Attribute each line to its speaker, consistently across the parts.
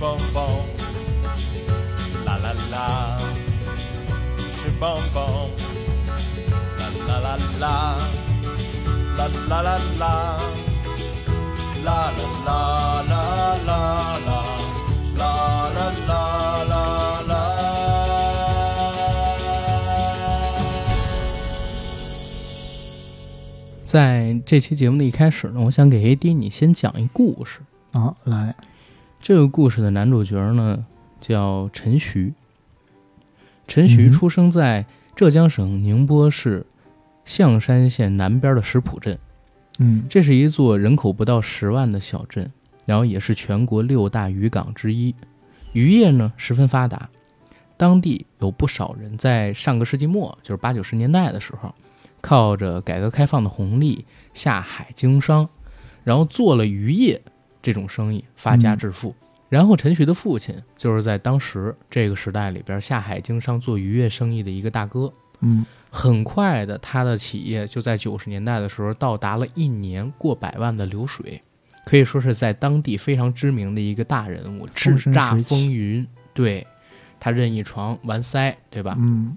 Speaker 1: 棒棒，啦啦啦，吃棒棒，啦啦啦啦，啦啦啦啦，啦啦啦啦啦啦，啦啦啦啦啦。
Speaker 2: 在这期节目的一开始呢，我想给 AD 你先讲一故事。
Speaker 3: 啊，来，
Speaker 2: 这个故事的男主角呢叫陈徐。陈徐
Speaker 3: 嗯
Speaker 2: 出生在浙江省宁波市象山县南边的石浦镇，
Speaker 3: 嗯
Speaker 2: 这是一座人口不到十万的小镇，然后也是全国六大渔港之一。渔业呢十分发达，当地有不少人在上个世纪末，就是八九十年代的时候，靠着改革开放的红利下海经商，然后做了渔业这种生意发家致富。然后陈徐的父亲就是在当时这个时代里边下海经商做渔业生意的一个大哥。
Speaker 3: 嗯
Speaker 2: 很快的，他的企业就在九十年代的时候到达了一年过百万的流水，可以说是在当地非常知名的一个大人物，叱
Speaker 3: 风生
Speaker 2: 咤
Speaker 3: 水起
Speaker 2: 风云。对，他任意床完塞，对吧？
Speaker 3: 嗯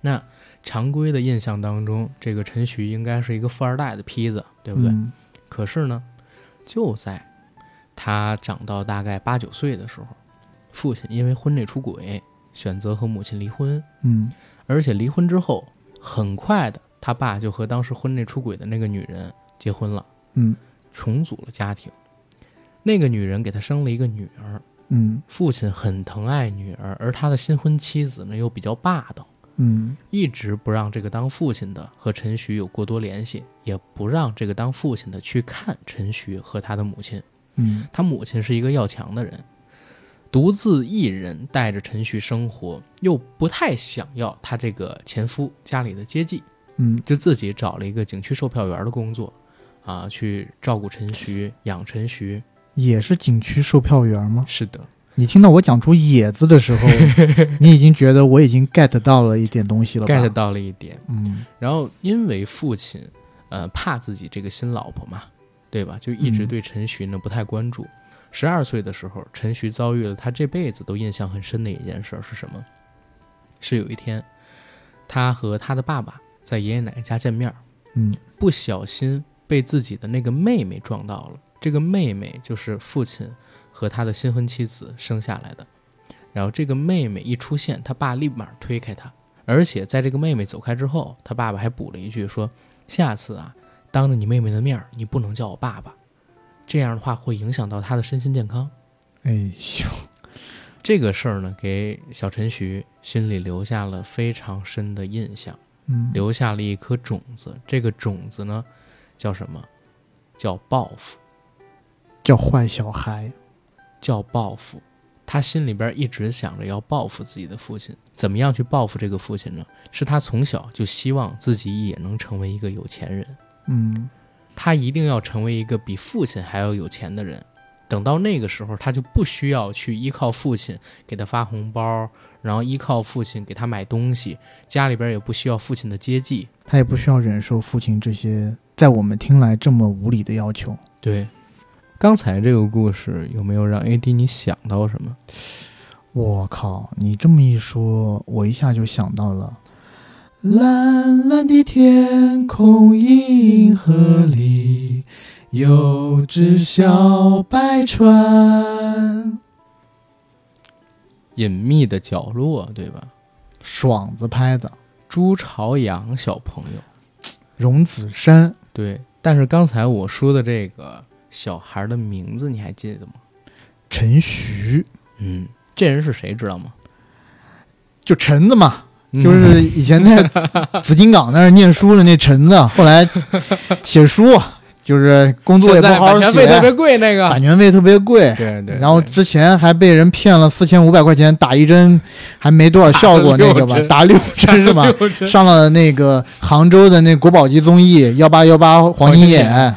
Speaker 2: 那常规的印象当中，这个陈徐应该是一个富二代的坯子，对不对？
Speaker 3: 嗯
Speaker 2: 可是呢，就在他长到大概八九岁的时候，父亲因为婚内出轨，选择和母亲离婚。
Speaker 3: 嗯
Speaker 2: 而且离婚之后，很快的，他爸就和当时婚内出轨的那个女人结婚了，
Speaker 3: 嗯
Speaker 2: 重组了家庭。那个女人给他生了一个女儿，
Speaker 3: 嗯
Speaker 2: 父亲很疼爱女儿，而他的新婚妻子呢又比较霸道，
Speaker 3: 嗯
Speaker 2: 一直不让这个当父亲的和陈徐有过多联系，也不让这个当父亲的去看陈徐和他的母亲。
Speaker 3: 嗯
Speaker 2: 他母亲是一个要强的人，独自一人带着陈徐生活，又不太想要他这个前夫家里的接济，
Speaker 3: 嗯，
Speaker 2: 就自己找了一个景区售票员的工作，啊，去照顾陈徐，养陈徐。
Speaker 3: 也是景区售票员吗？
Speaker 2: 是的，
Speaker 3: 你听到我讲出“野”字的时候，你已经觉得我已经 get 到了一点东西了吧
Speaker 2: get 到了一点。
Speaker 3: 嗯
Speaker 2: 然后因为父亲，呃，怕自己这个新老婆嘛，对吧？就一直
Speaker 3: 嗯
Speaker 2: 对陈徐呢不太关注。十二岁的时候，陈徐遭遇了他这辈子都印象很深的一件事儿是什么？是有一天，他和他的爸爸在爷爷奶奶家见面儿，
Speaker 3: 嗯
Speaker 2: 不小心被自己的那个妹妹撞到了。这个妹妹就是父亲和他的新婚妻子生下来的。然后这个妹妹一出现，他爸立马推开她，而且在这个妹妹走开之后，他爸爸还补了一句说：“下次啊，当着你妹妹的面儿，你不能叫我爸爸，这样的话会影响到她的身心健康。”
Speaker 3: 哎呦，
Speaker 2: 这个事儿呢，给小陈徐心里留下了非常深的印象。
Speaker 3: 嗯
Speaker 2: 留下了一颗种子。这个种子呢，叫什么？叫报复，
Speaker 3: 叫坏小孩，
Speaker 2: 叫报复。他心里边一直想着要报复自己的父亲，怎么样去报复这个父亲呢？是他从小就希望自己也能成为一个有钱人，
Speaker 3: 嗯
Speaker 2: 他一定要成为一个比父亲还要有钱的人。等到那个时候，他就不需要去依靠父亲给他发红包，然后依靠父亲给他买东西，家里边也不需要父亲的接济，
Speaker 3: 他也不需要忍受父亲这些在我们听来这么无理的要求。
Speaker 2: 对，刚才这个故事有没有让 AD 你想到什么？
Speaker 3: 我靠！你这么一说，我一下就想到了。蓝蓝的天空，银河里有只小白船。
Speaker 2: 隐秘的角落，对吧？
Speaker 3: 爽子拍的，
Speaker 2: 朱朝阳小朋友，
Speaker 3: 荣子杉
Speaker 2: 对。但是刚才我说的这个小孩的名字你还记得吗？
Speaker 3: 陈徐，
Speaker 2: 嗯，这人是谁知道吗？
Speaker 3: 就陈子嘛，
Speaker 2: 嗯
Speaker 3: 就是以前在紫金港那儿念书的那 陈子，啊后来写书，啊就是工作也
Speaker 2: 现
Speaker 3: 不
Speaker 2: 在
Speaker 3: 好好
Speaker 2: 版
Speaker 3: 写啊
Speaker 2: 权，费特别贵啊那个。
Speaker 3: 版权费特别贵。
Speaker 2: 对对对
Speaker 3: 然后之前还被人骗了四千五百块钱，打一针还没多少效果那个吧， 打六针是吧？
Speaker 2: 六针
Speaker 3: 上了那个杭州的那国宝级综艺幺八幺八黄金眼，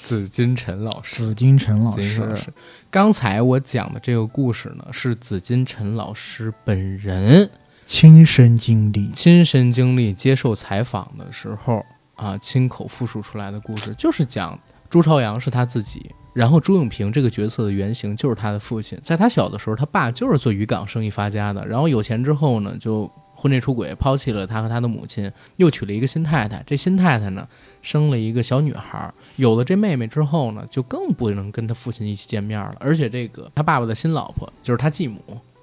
Speaker 2: 紫金陈老师，
Speaker 3: 紫金陈老
Speaker 2: 紫金
Speaker 3: 师
Speaker 2: 陈老师。刚才我讲的这个故事呢，是紫金陈老师本人
Speaker 3: 亲身经历。
Speaker 2: 亲身经历接受采访的时候啊，亲口复述出来的故事，就是讲朱朝阳是他自己，然后朱永平这个角色的原型就是他的父亲。在他小的时候，他爸就是做渔港生意发家的，然后有钱之后呢，就婚内出轨，抛弃了他和他的母亲，又娶了一个新太太。这新太太呢，生了一个小女孩儿。有了这妹妹之后呢，就更不能跟他父亲一起见面了。而且这个他爸爸的新老婆就是他继母，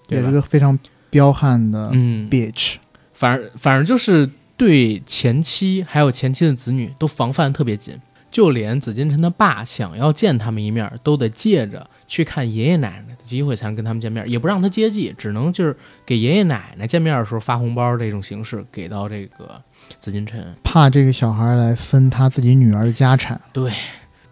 Speaker 2: 对
Speaker 3: 也
Speaker 2: 吧
Speaker 3: 是？个非常彪悍的
Speaker 2: 嗯，
Speaker 3: bitch。
Speaker 2: 反而反而就是对前妻还有前妻的子女都防范得特别紧，就连紫金陈他爸想要见他们一面，都得借着去看爷爷奶奶的机会才能跟他们见面，也不让他接济，只能就是给爷爷奶奶见面的时候发红包这种形式给到这个紫金陈。
Speaker 3: 怕这个小孩来分他自己女儿的家产。
Speaker 2: 对，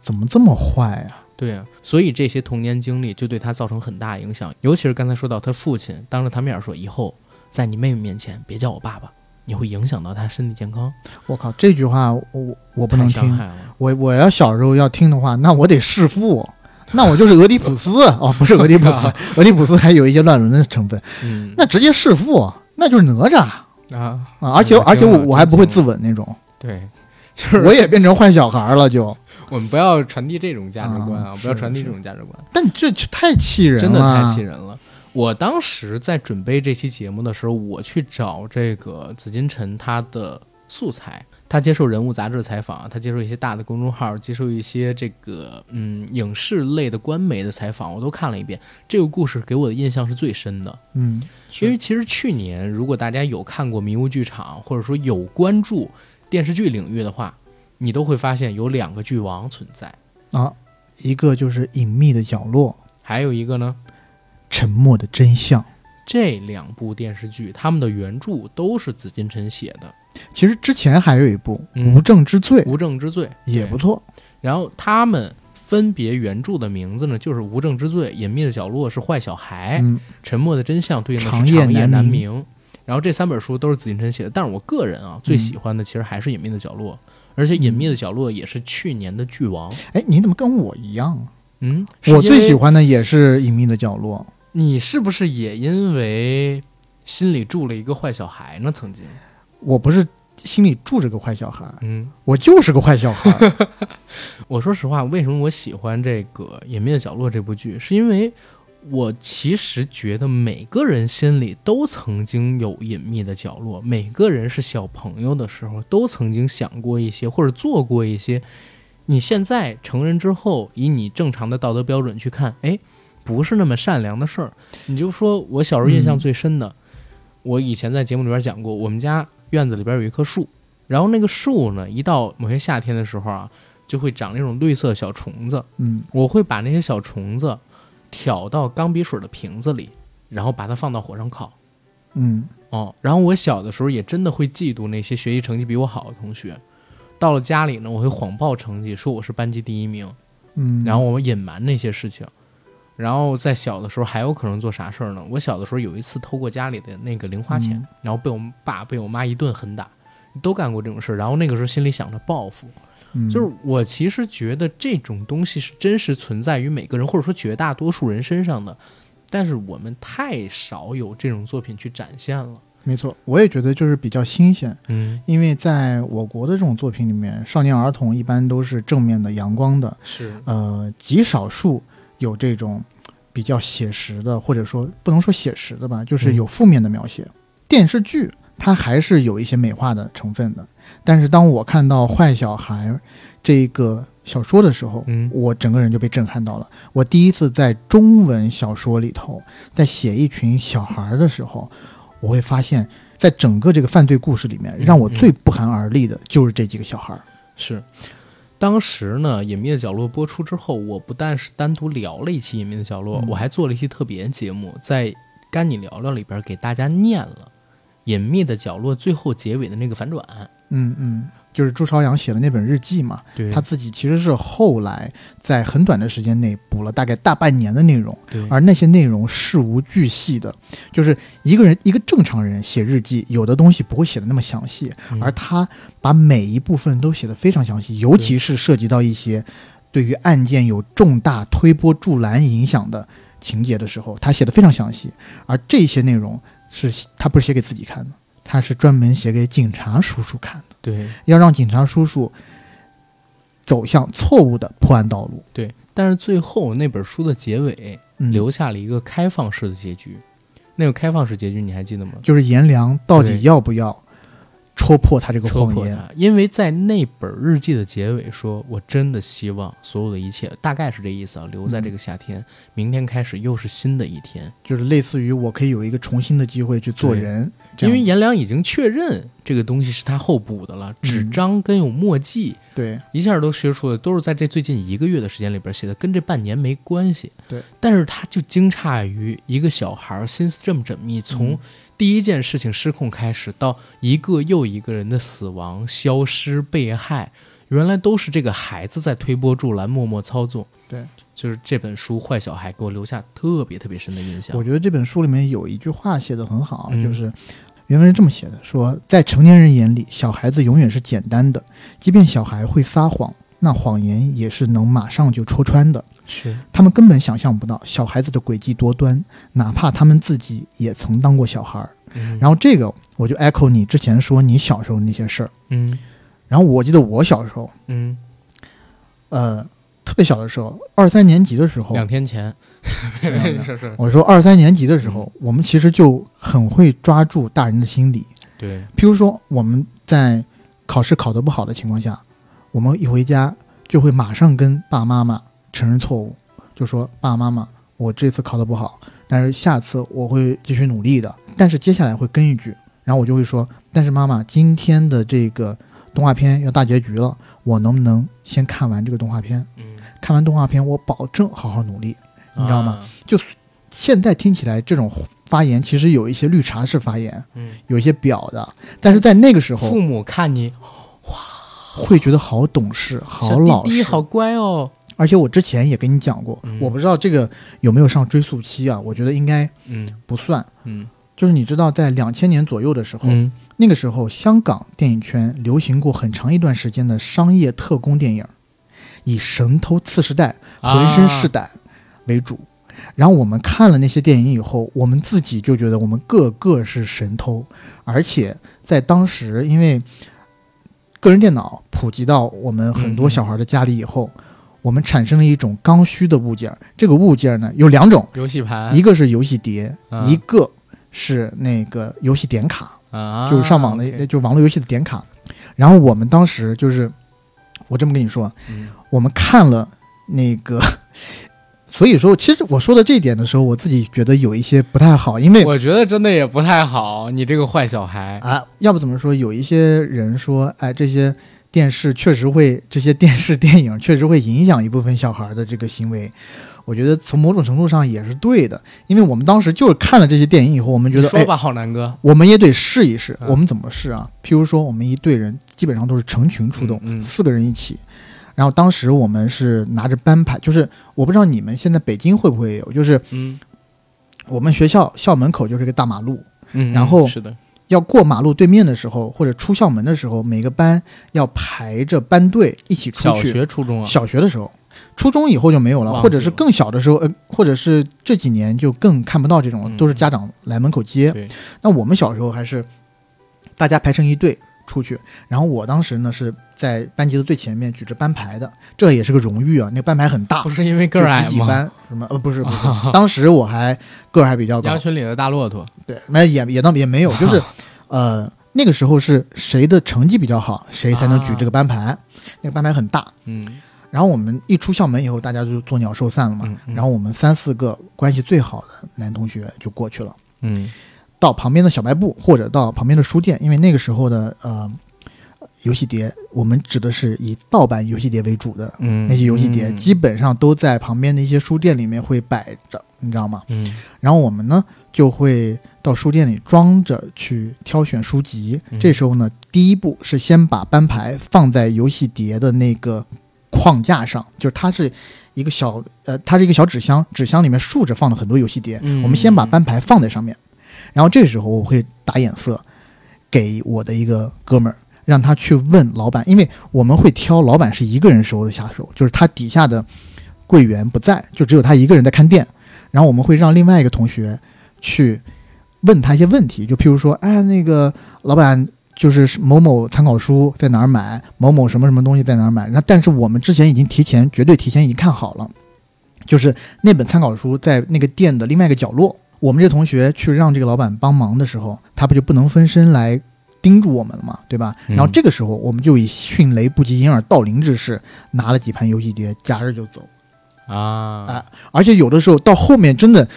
Speaker 3: 怎么这么坏呀、
Speaker 2: 对啊，所以这些童年经历就对他造成很大影响，尤其是刚才说到他父亲当着他面说，以后在你妹妹面前别叫我爸爸，你会影响到她身体健康，
Speaker 3: 我靠，这句话我我我不能
Speaker 2: 太伤
Speaker 3: 听。
Speaker 2: 害了。
Speaker 3: 我我要小时候要听的话，那我得弑父，那我就是俄狄浦斯 哦，不是俄狄浦
Speaker 2: 啊
Speaker 3: 斯，俄狄浦斯还有一些乱伦的成分，
Speaker 2: 嗯，
Speaker 3: 那直接弑父，那就是哪吒
Speaker 2: 啊。
Speaker 3: 啊！而且
Speaker 2: 嗯
Speaker 3: 而且
Speaker 2: 真
Speaker 3: 我
Speaker 2: 的
Speaker 3: 我还不会
Speaker 2: 真
Speaker 3: 自刎那种，
Speaker 2: 对，就是
Speaker 3: 我也变成坏小孩了就。
Speaker 2: 我们不要传递这种价值观啊，
Speaker 3: 啊
Speaker 2: 不要
Speaker 3: 是
Speaker 2: 传递
Speaker 3: 是
Speaker 2: 这种价值观，
Speaker 3: 但这太气人了，
Speaker 2: 真的太气人了。我当时在准备这期节目的时候，我去找这个紫金陈他的素材，他接受《人物》杂志采访，他接受一些大的公众号，接受一些这个嗯影视类的官媒的采访，我都看了一遍。这个故事给我的印象是最深的，
Speaker 3: 嗯，
Speaker 2: 因为其实去年，如果大家有看过迷雾剧场，或者说有关注电视剧领域的话，你都会发现有两个剧王存在，
Speaker 3: 啊，一个就是隐秘的角落，
Speaker 2: 还有一个呢，
Speaker 3: 沉默的真相。
Speaker 2: 这两部电视剧他们的原著都是紫金陈写的
Speaker 3: 其实之前还有一部
Speaker 2: 嗯
Speaker 3: 《无证之罪
Speaker 2: 《无》证之罪》，
Speaker 3: 也
Speaker 2: 对
Speaker 3: 不错，
Speaker 2: 然后他们分别原著的名字呢，就是《无证之罪》，《隐秘的角落》是坏小孩，
Speaker 3: 嗯，
Speaker 2: 沉默的真相》对应的
Speaker 3: 长
Speaker 2: 是
Speaker 3: 夜
Speaker 2: 长夜
Speaker 3: 难
Speaker 2: 难
Speaker 3: 明嗯
Speaker 2: 明。然后这三本书都是紫金陈写的，但是我个人啊最喜欢的其实还是《隐秘的角落》，而且《隐秘的角落》也是去年的剧王。
Speaker 3: 哎，你怎么跟我一样啊？
Speaker 2: 嗯，是
Speaker 3: 我
Speaker 2: 因
Speaker 3: 最
Speaker 2: 为
Speaker 3: 喜欢的也是《隐秘的角落
Speaker 2: 你是不是也因为心里住了一个坏小孩呢？曾经，》，
Speaker 3: 我不是心里住着个坏小孩，
Speaker 2: 嗯，
Speaker 3: 我就是个坏 小孩儿。
Speaker 2: 我说实话，为什么我喜欢这个《隐秘的角落》这部剧，是因为我其实觉得每个人心里都曾经有隐秘的角落，每个人是小朋友的时候都曾经想过一些或者做过一些，你现在成人之后，以你正常的道德标准去看，哎，不是那么善良的事儿。你就说我小时候印象最深的，我以前在节目里边讲过，我们家院子里边有一棵树，然后那个树呢，一到某些夏天的时候啊，就会长那种绿色小虫子。
Speaker 3: 嗯，
Speaker 2: 我会把那些小虫子挑到钢笔水的瓶子里，然后把它放到火上烤。
Speaker 3: 嗯，
Speaker 2: 哦，然后我小的时候也真的会嫉妒那些学习成绩比我好的同学。到了家里呢，我会谎报成绩，说我是班级第一名，
Speaker 3: 嗯，
Speaker 2: 然后我隐瞒那些事情。然后在小的时候还有可能做啥事儿呢？我小的时候有一次偷过家里的那个零花钱，
Speaker 3: 嗯
Speaker 2: 然后被我爸被我妈一顿狠打，都干过这种事儿。然后那个时候心里想着报复，
Speaker 3: 嗯
Speaker 2: 就是我其实觉得这种东西是真实存在于每个人，或者说绝大多数人身上的，但是我们太少有这种作品去展现了。
Speaker 3: 没错，我也觉得就是比较新鲜，
Speaker 2: 嗯，
Speaker 3: 因为在我国的这种作品里面，少年儿童一般都是正面的、阳光的，
Speaker 2: 是，
Speaker 3: 呃，极少数有这种比较写实的，或者说不能说写实的吧，就是
Speaker 2: 嗯
Speaker 3: 有负面的描写。电视剧它还是有一些美化的成分的，但是当我看到《坏小孩》这个小说的时候，
Speaker 2: 嗯
Speaker 3: 我整个人就被震撼到了。我第一次在中文小说里头，在写一群小孩儿的时候，我会发现，在整个这个犯罪故事里面，
Speaker 2: 嗯
Speaker 3: 让我
Speaker 2: 嗯
Speaker 3: 最不寒而栗的就是这几个小孩儿。
Speaker 2: 是。当时呢，《隐秘的角落》播出之后，我不但是单独聊了一期《隐秘的角落》，
Speaker 3: 嗯
Speaker 2: 我还做了一期特别节目，在《干你聊聊》里边给大家念了《隐秘的角落》最后结尾的那个反转。
Speaker 3: 嗯嗯，就是朱朝阳写的那本日记嘛，
Speaker 2: 对
Speaker 3: 他自己其实是后来在很短的时间内补了大概大半年的内容，
Speaker 2: 对，
Speaker 3: 而那些内容事无巨细的，就是一个人一个正常人写日记，有的东西不会写的那么详细，
Speaker 2: 嗯
Speaker 3: 而他把每一部分都写的非常详细，尤其是涉及到一些对于案件有重大推波助澜影响的情节的时候，他写的非常详细，而这些内容是他不是写给自己看的，他是专门写给警察叔叔看的。
Speaker 2: 对
Speaker 3: 要让警察叔叔走向错误的破案道路。
Speaker 2: 对，但是最后那本书的结尾
Speaker 3: 嗯，
Speaker 2: 留下了一个开放式的结局。那个开放式结局你还记得吗？
Speaker 3: 就是颜良到底
Speaker 2: 对
Speaker 3: 要不要戳破他这个
Speaker 2: 戳
Speaker 3: 谎
Speaker 2: 破
Speaker 3: 言？
Speaker 2: 它，因为在那本日记的结尾说，我真的希望所有的一切，大概是这意思啊，留
Speaker 3: 嗯
Speaker 2: 在这个夏天，明天开始又是新的一天。
Speaker 3: 就是类似于我可以有一个重新的机会去做人，这
Speaker 2: 因
Speaker 3: 样
Speaker 2: 为颜良已经确认这个东西是他后补的
Speaker 3: 嗯
Speaker 2: 了，纸张跟有墨迹，
Speaker 3: 对
Speaker 2: 一下都学出来，都是在这最近一个月的时间里边写的，跟这半年没关系。
Speaker 3: 对，
Speaker 2: 但是他就惊诧于一个小孩儿心思这么缜密，从
Speaker 3: 嗯
Speaker 2: 第一件事情失控开始，到一个又一个人的死亡、消失、被害，原来都是这个孩子在推波助澜、默默操纵。
Speaker 3: 对，
Speaker 2: 就是这本书《坏小孩》给我留下特别特别深的印象
Speaker 3: 我。觉得这本书里面有一句话写的很好，啊
Speaker 2: 嗯
Speaker 3: 就是原文是这么写的：说在成年人眼里，小孩子永远是简单的，即便小孩会撒谎，那谎言也是能马上就戳穿的。
Speaker 2: 是，
Speaker 3: 他们根本想象不到小孩子的诡计多端，哪怕他们自己也曾当过小孩儿。
Speaker 2: 嗯、
Speaker 3: 然后这个我就 echo 你之前说你小时候那些事儿。
Speaker 2: 嗯
Speaker 3: 然后我记得我小时候，
Speaker 2: 嗯，
Speaker 3: 呃，特别小的时候，二三年级的时候，
Speaker 2: 两天前，
Speaker 3: 哦没 有没哦有
Speaker 2: 是是，
Speaker 3: 我说二三年级的时候，我们其实就很会抓住大人的心理。
Speaker 2: 对，
Speaker 3: 譬如说，我们在考试考得不好的情况下，我们一回家就会马上跟爸妈妈承认错误，就说爸妈妈，我这次考得不好，但是下次我会继续努力的。但是接下来会跟一句，然后我就会说，但是妈妈，今天的这个动画片要大结局了，我能不能先看完这个动画片？
Speaker 2: 嗯，
Speaker 3: 看完动画片，我保证好好努力。你知道吗
Speaker 2: 啊？
Speaker 3: 现在听起来这种发言其实有一些绿茶式发言，
Speaker 2: 嗯，
Speaker 3: 有一些表的，但是在那个时候
Speaker 2: 父母看你
Speaker 3: 会觉得好懂事、好
Speaker 2: 小
Speaker 3: 老
Speaker 2: 弟
Speaker 3: 实。
Speaker 2: 弟好乖哦，
Speaker 3: 而且我之前也跟你讲过，
Speaker 2: 嗯
Speaker 3: 我不知道这个有没有上追溯期啊？我觉得应该
Speaker 2: 嗯
Speaker 3: 不算。
Speaker 2: 嗯
Speaker 3: 就是你知道，在两千年左右的时候，
Speaker 2: 嗯，
Speaker 3: 那个时候香港电影圈流行过很长一段时间的商业特工电影，以神偷次世代、浑身是
Speaker 2: 啊，
Speaker 3: 胆为主。然后我们看了那些电影以后，我们自己就觉得我们个个是神偷，而且在当时，因为个人电脑普及到我们很
Speaker 2: 嗯
Speaker 3: 多
Speaker 2: 嗯
Speaker 3: 小孩的家里以后，我们产生了一种刚需的物件儿。这个物件儿呢有两种，
Speaker 2: 游戏盘
Speaker 3: 一个是游戏碟，
Speaker 2: 啊
Speaker 3: 一个是那个游戏点卡。
Speaker 2: 啊，
Speaker 3: 就是上网的，
Speaker 2: OK
Speaker 3: 就是网络游戏的点卡。然后我们当时就是，我这么跟你说，
Speaker 2: 嗯
Speaker 3: 我们看了那个，所以说，其实我说到这一点的时候，我自己觉得有一些不太好，因为
Speaker 2: 我觉得真的也不太好，你这个坏小孩，
Speaker 3: 啊，要不怎么说，有一些人说，哎，这些电视确实会，这些电视电影确实会影响一部分小孩的这个行为。我觉得从某种程度上也是对的，因为我们当时就是看了这些电影以后，我们觉
Speaker 2: 你
Speaker 3: 得，
Speaker 2: 说
Speaker 3: 哎，
Speaker 2: 吧，浩南哥，
Speaker 3: 我们也得试一试。
Speaker 2: 嗯
Speaker 3: 我们怎么试啊？譬如说，我们一队人基本上都是成群出动，
Speaker 2: 嗯嗯
Speaker 3: 四个人一起。然后当时我们是拿着班牌，就是我不知道你们现在北京会不会有，就是
Speaker 2: 嗯
Speaker 3: 我们学校校门口就是个大马路，
Speaker 2: 嗯，
Speaker 3: 然后
Speaker 2: 嗯是的，
Speaker 3: 要过马路对面的时候，或者出校门的时候，每个班要排着班队一起出
Speaker 2: 小
Speaker 3: 去。
Speaker 2: 学、初中啊，
Speaker 3: 小学的时候，初中以后就没有了，
Speaker 2: 忘记
Speaker 3: 或者是
Speaker 2: 了
Speaker 3: 更小的时候，呃，或者是这几年就更看不到这种，
Speaker 2: 嗯
Speaker 3: 都是家长来门口接。
Speaker 2: 对，
Speaker 3: 那我们小时候还是大家排成一队出去，然后我当时呢是在班级的最前面举着班牌的，这也是个荣誉啊，那个班牌很大
Speaker 2: 不，是因为个
Speaker 3: 就
Speaker 2: 儿矮
Speaker 3: 几几
Speaker 2: 吗？
Speaker 3: 班什么呃不是不 是，当时我还个儿还比较高
Speaker 2: 羊，群里的大骆驼，
Speaker 3: 对，那也也倒也没有，就是 呃那个时候是谁的成绩比较好，谁才能举
Speaker 2: 啊
Speaker 3: 这个班牌，那个班牌很大，
Speaker 2: 嗯
Speaker 3: 然后我们一出校门以后，大家就作鸟兽散了嘛，
Speaker 2: 嗯嗯
Speaker 3: 然后我们三四个关系最好的男同学就过去了。
Speaker 2: 嗯
Speaker 3: 到旁边的小卖部或者到旁边的书店，因为那个时候的呃游戏碟，我们指的是以盗版游戏碟为主的
Speaker 2: 嗯，
Speaker 3: 那些游戏碟，
Speaker 2: 嗯
Speaker 3: 基本上都在旁边的一些书店里面会摆着，你知道吗？
Speaker 2: 嗯
Speaker 3: 然后我们呢就会到书店里装着去挑选书籍。
Speaker 2: 嗯
Speaker 3: 这时候呢，第一步是先把班牌放在游戏碟的那个框架上，就是它是一个小呃，它是一个小纸箱，纸箱里面竖着放了很多游戏碟。
Speaker 2: 嗯
Speaker 3: 我们先把班牌放在上面，然后这时候我会打眼色给我的一个哥们儿。让他去问老板，因为我们会挑老板是一个人时候的下手，就是他底下的柜员不在，就只有他一个人在看店。然后我们会让另外一个同学去问他一些问题，就譬如说，哎，那个老板就是某某参考书在哪儿买，某某什么什么东西在哪儿买。然后，但是我们之前已经提前，绝对提前已经看好了，就是那本参考书在那个店的另外一个角落。我们这同学去让这个老板帮忙的时候，他不就不能分身来盯住我们了嘛，对吧？
Speaker 2: 嗯
Speaker 3: 然后这个时候，我们就以迅雷不及掩耳盗铃之势，拿了几盘游戏碟，夹着就走。
Speaker 2: 啊，
Speaker 3: 啊而且有的时候到后面真的。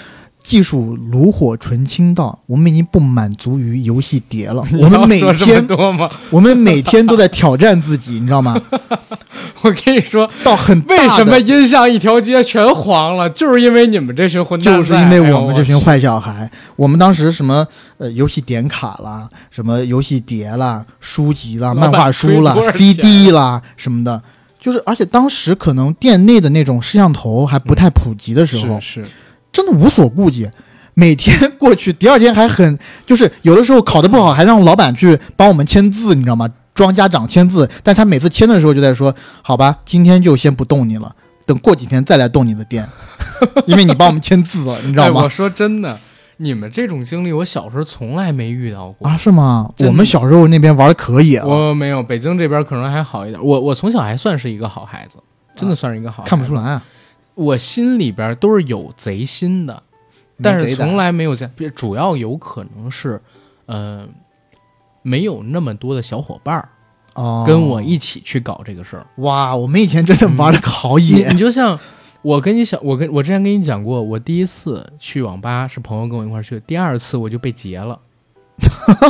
Speaker 3: 技术炉火纯青到我们已经不满足于游戏碟了，我们 每
Speaker 2: 你要说这么
Speaker 3: 天
Speaker 2: 多吗？
Speaker 3: 我们每天都在挑战自己，你知道吗？
Speaker 2: 我跟你说，
Speaker 3: 到很大的
Speaker 2: 为什么音像一条街全黄了？就是因为你们这群混蛋在，
Speaker 3: 就是因为我们这群
Speaker 2: 哎
Speaker 3: 坏小孩，我们当时什么呃游戏点卡啦，什么游戏碟啦、书籍啦、
Speaker 2: 老
Speaker 3: 漫
Speaker 2: 板
Speaker 3: 画书啦
Speaker 2: 吹多、少
Speaker 3: CD 啦什么的，就是而且当时可能店内的那种摄像头还不太普及的时
Speaker 2: 呦
Speaker 3: 候
Speaker 2: 我，是是
Speaker 3: 真的无所顾忌。每天过去，第二天还很， 就是有的时候考得不好，还让老板去帮我们签字，你知道吗？装家长签字，但他每次签的时候就在说：“好吧，今天就先不动你了，等过几天再来动你的店， 因为你帮我们签字了，你知道
Speaker 2: 哎，
Speaker 3: 吗
Speaker 2: 我说真的，你们这种经历，我小时候从来没遇到？”过
Speaker 3: 啊，。是吗？
Speaker 2: 真的
Speaker 3: 我们小时候那边玩的可啊野了，
Speaker 2: 我没有，北京这边可能还好一点。我我从小还算是一个好孩子，真的算是一个好孩子。
Speaker 3: 看不出来啊。
Speaker 2: 哎我心里边都是有贼心的，但是从来没有在，别主要有可能是，呃，没有那么多的小伙伴儿
Speaker 3: 哦，
Speaker 2: 跟我一起去搞这个事儿。
Speaker 3: 哇，我们以前真的玩的好
Speaker 2: 你
Speaker 3: 野
Speaker 2: 你就像我跟你讲，我跟我之前跟你讲过，我第一次去网吧是朋友跟我一块儿去，第二次我就被劫了，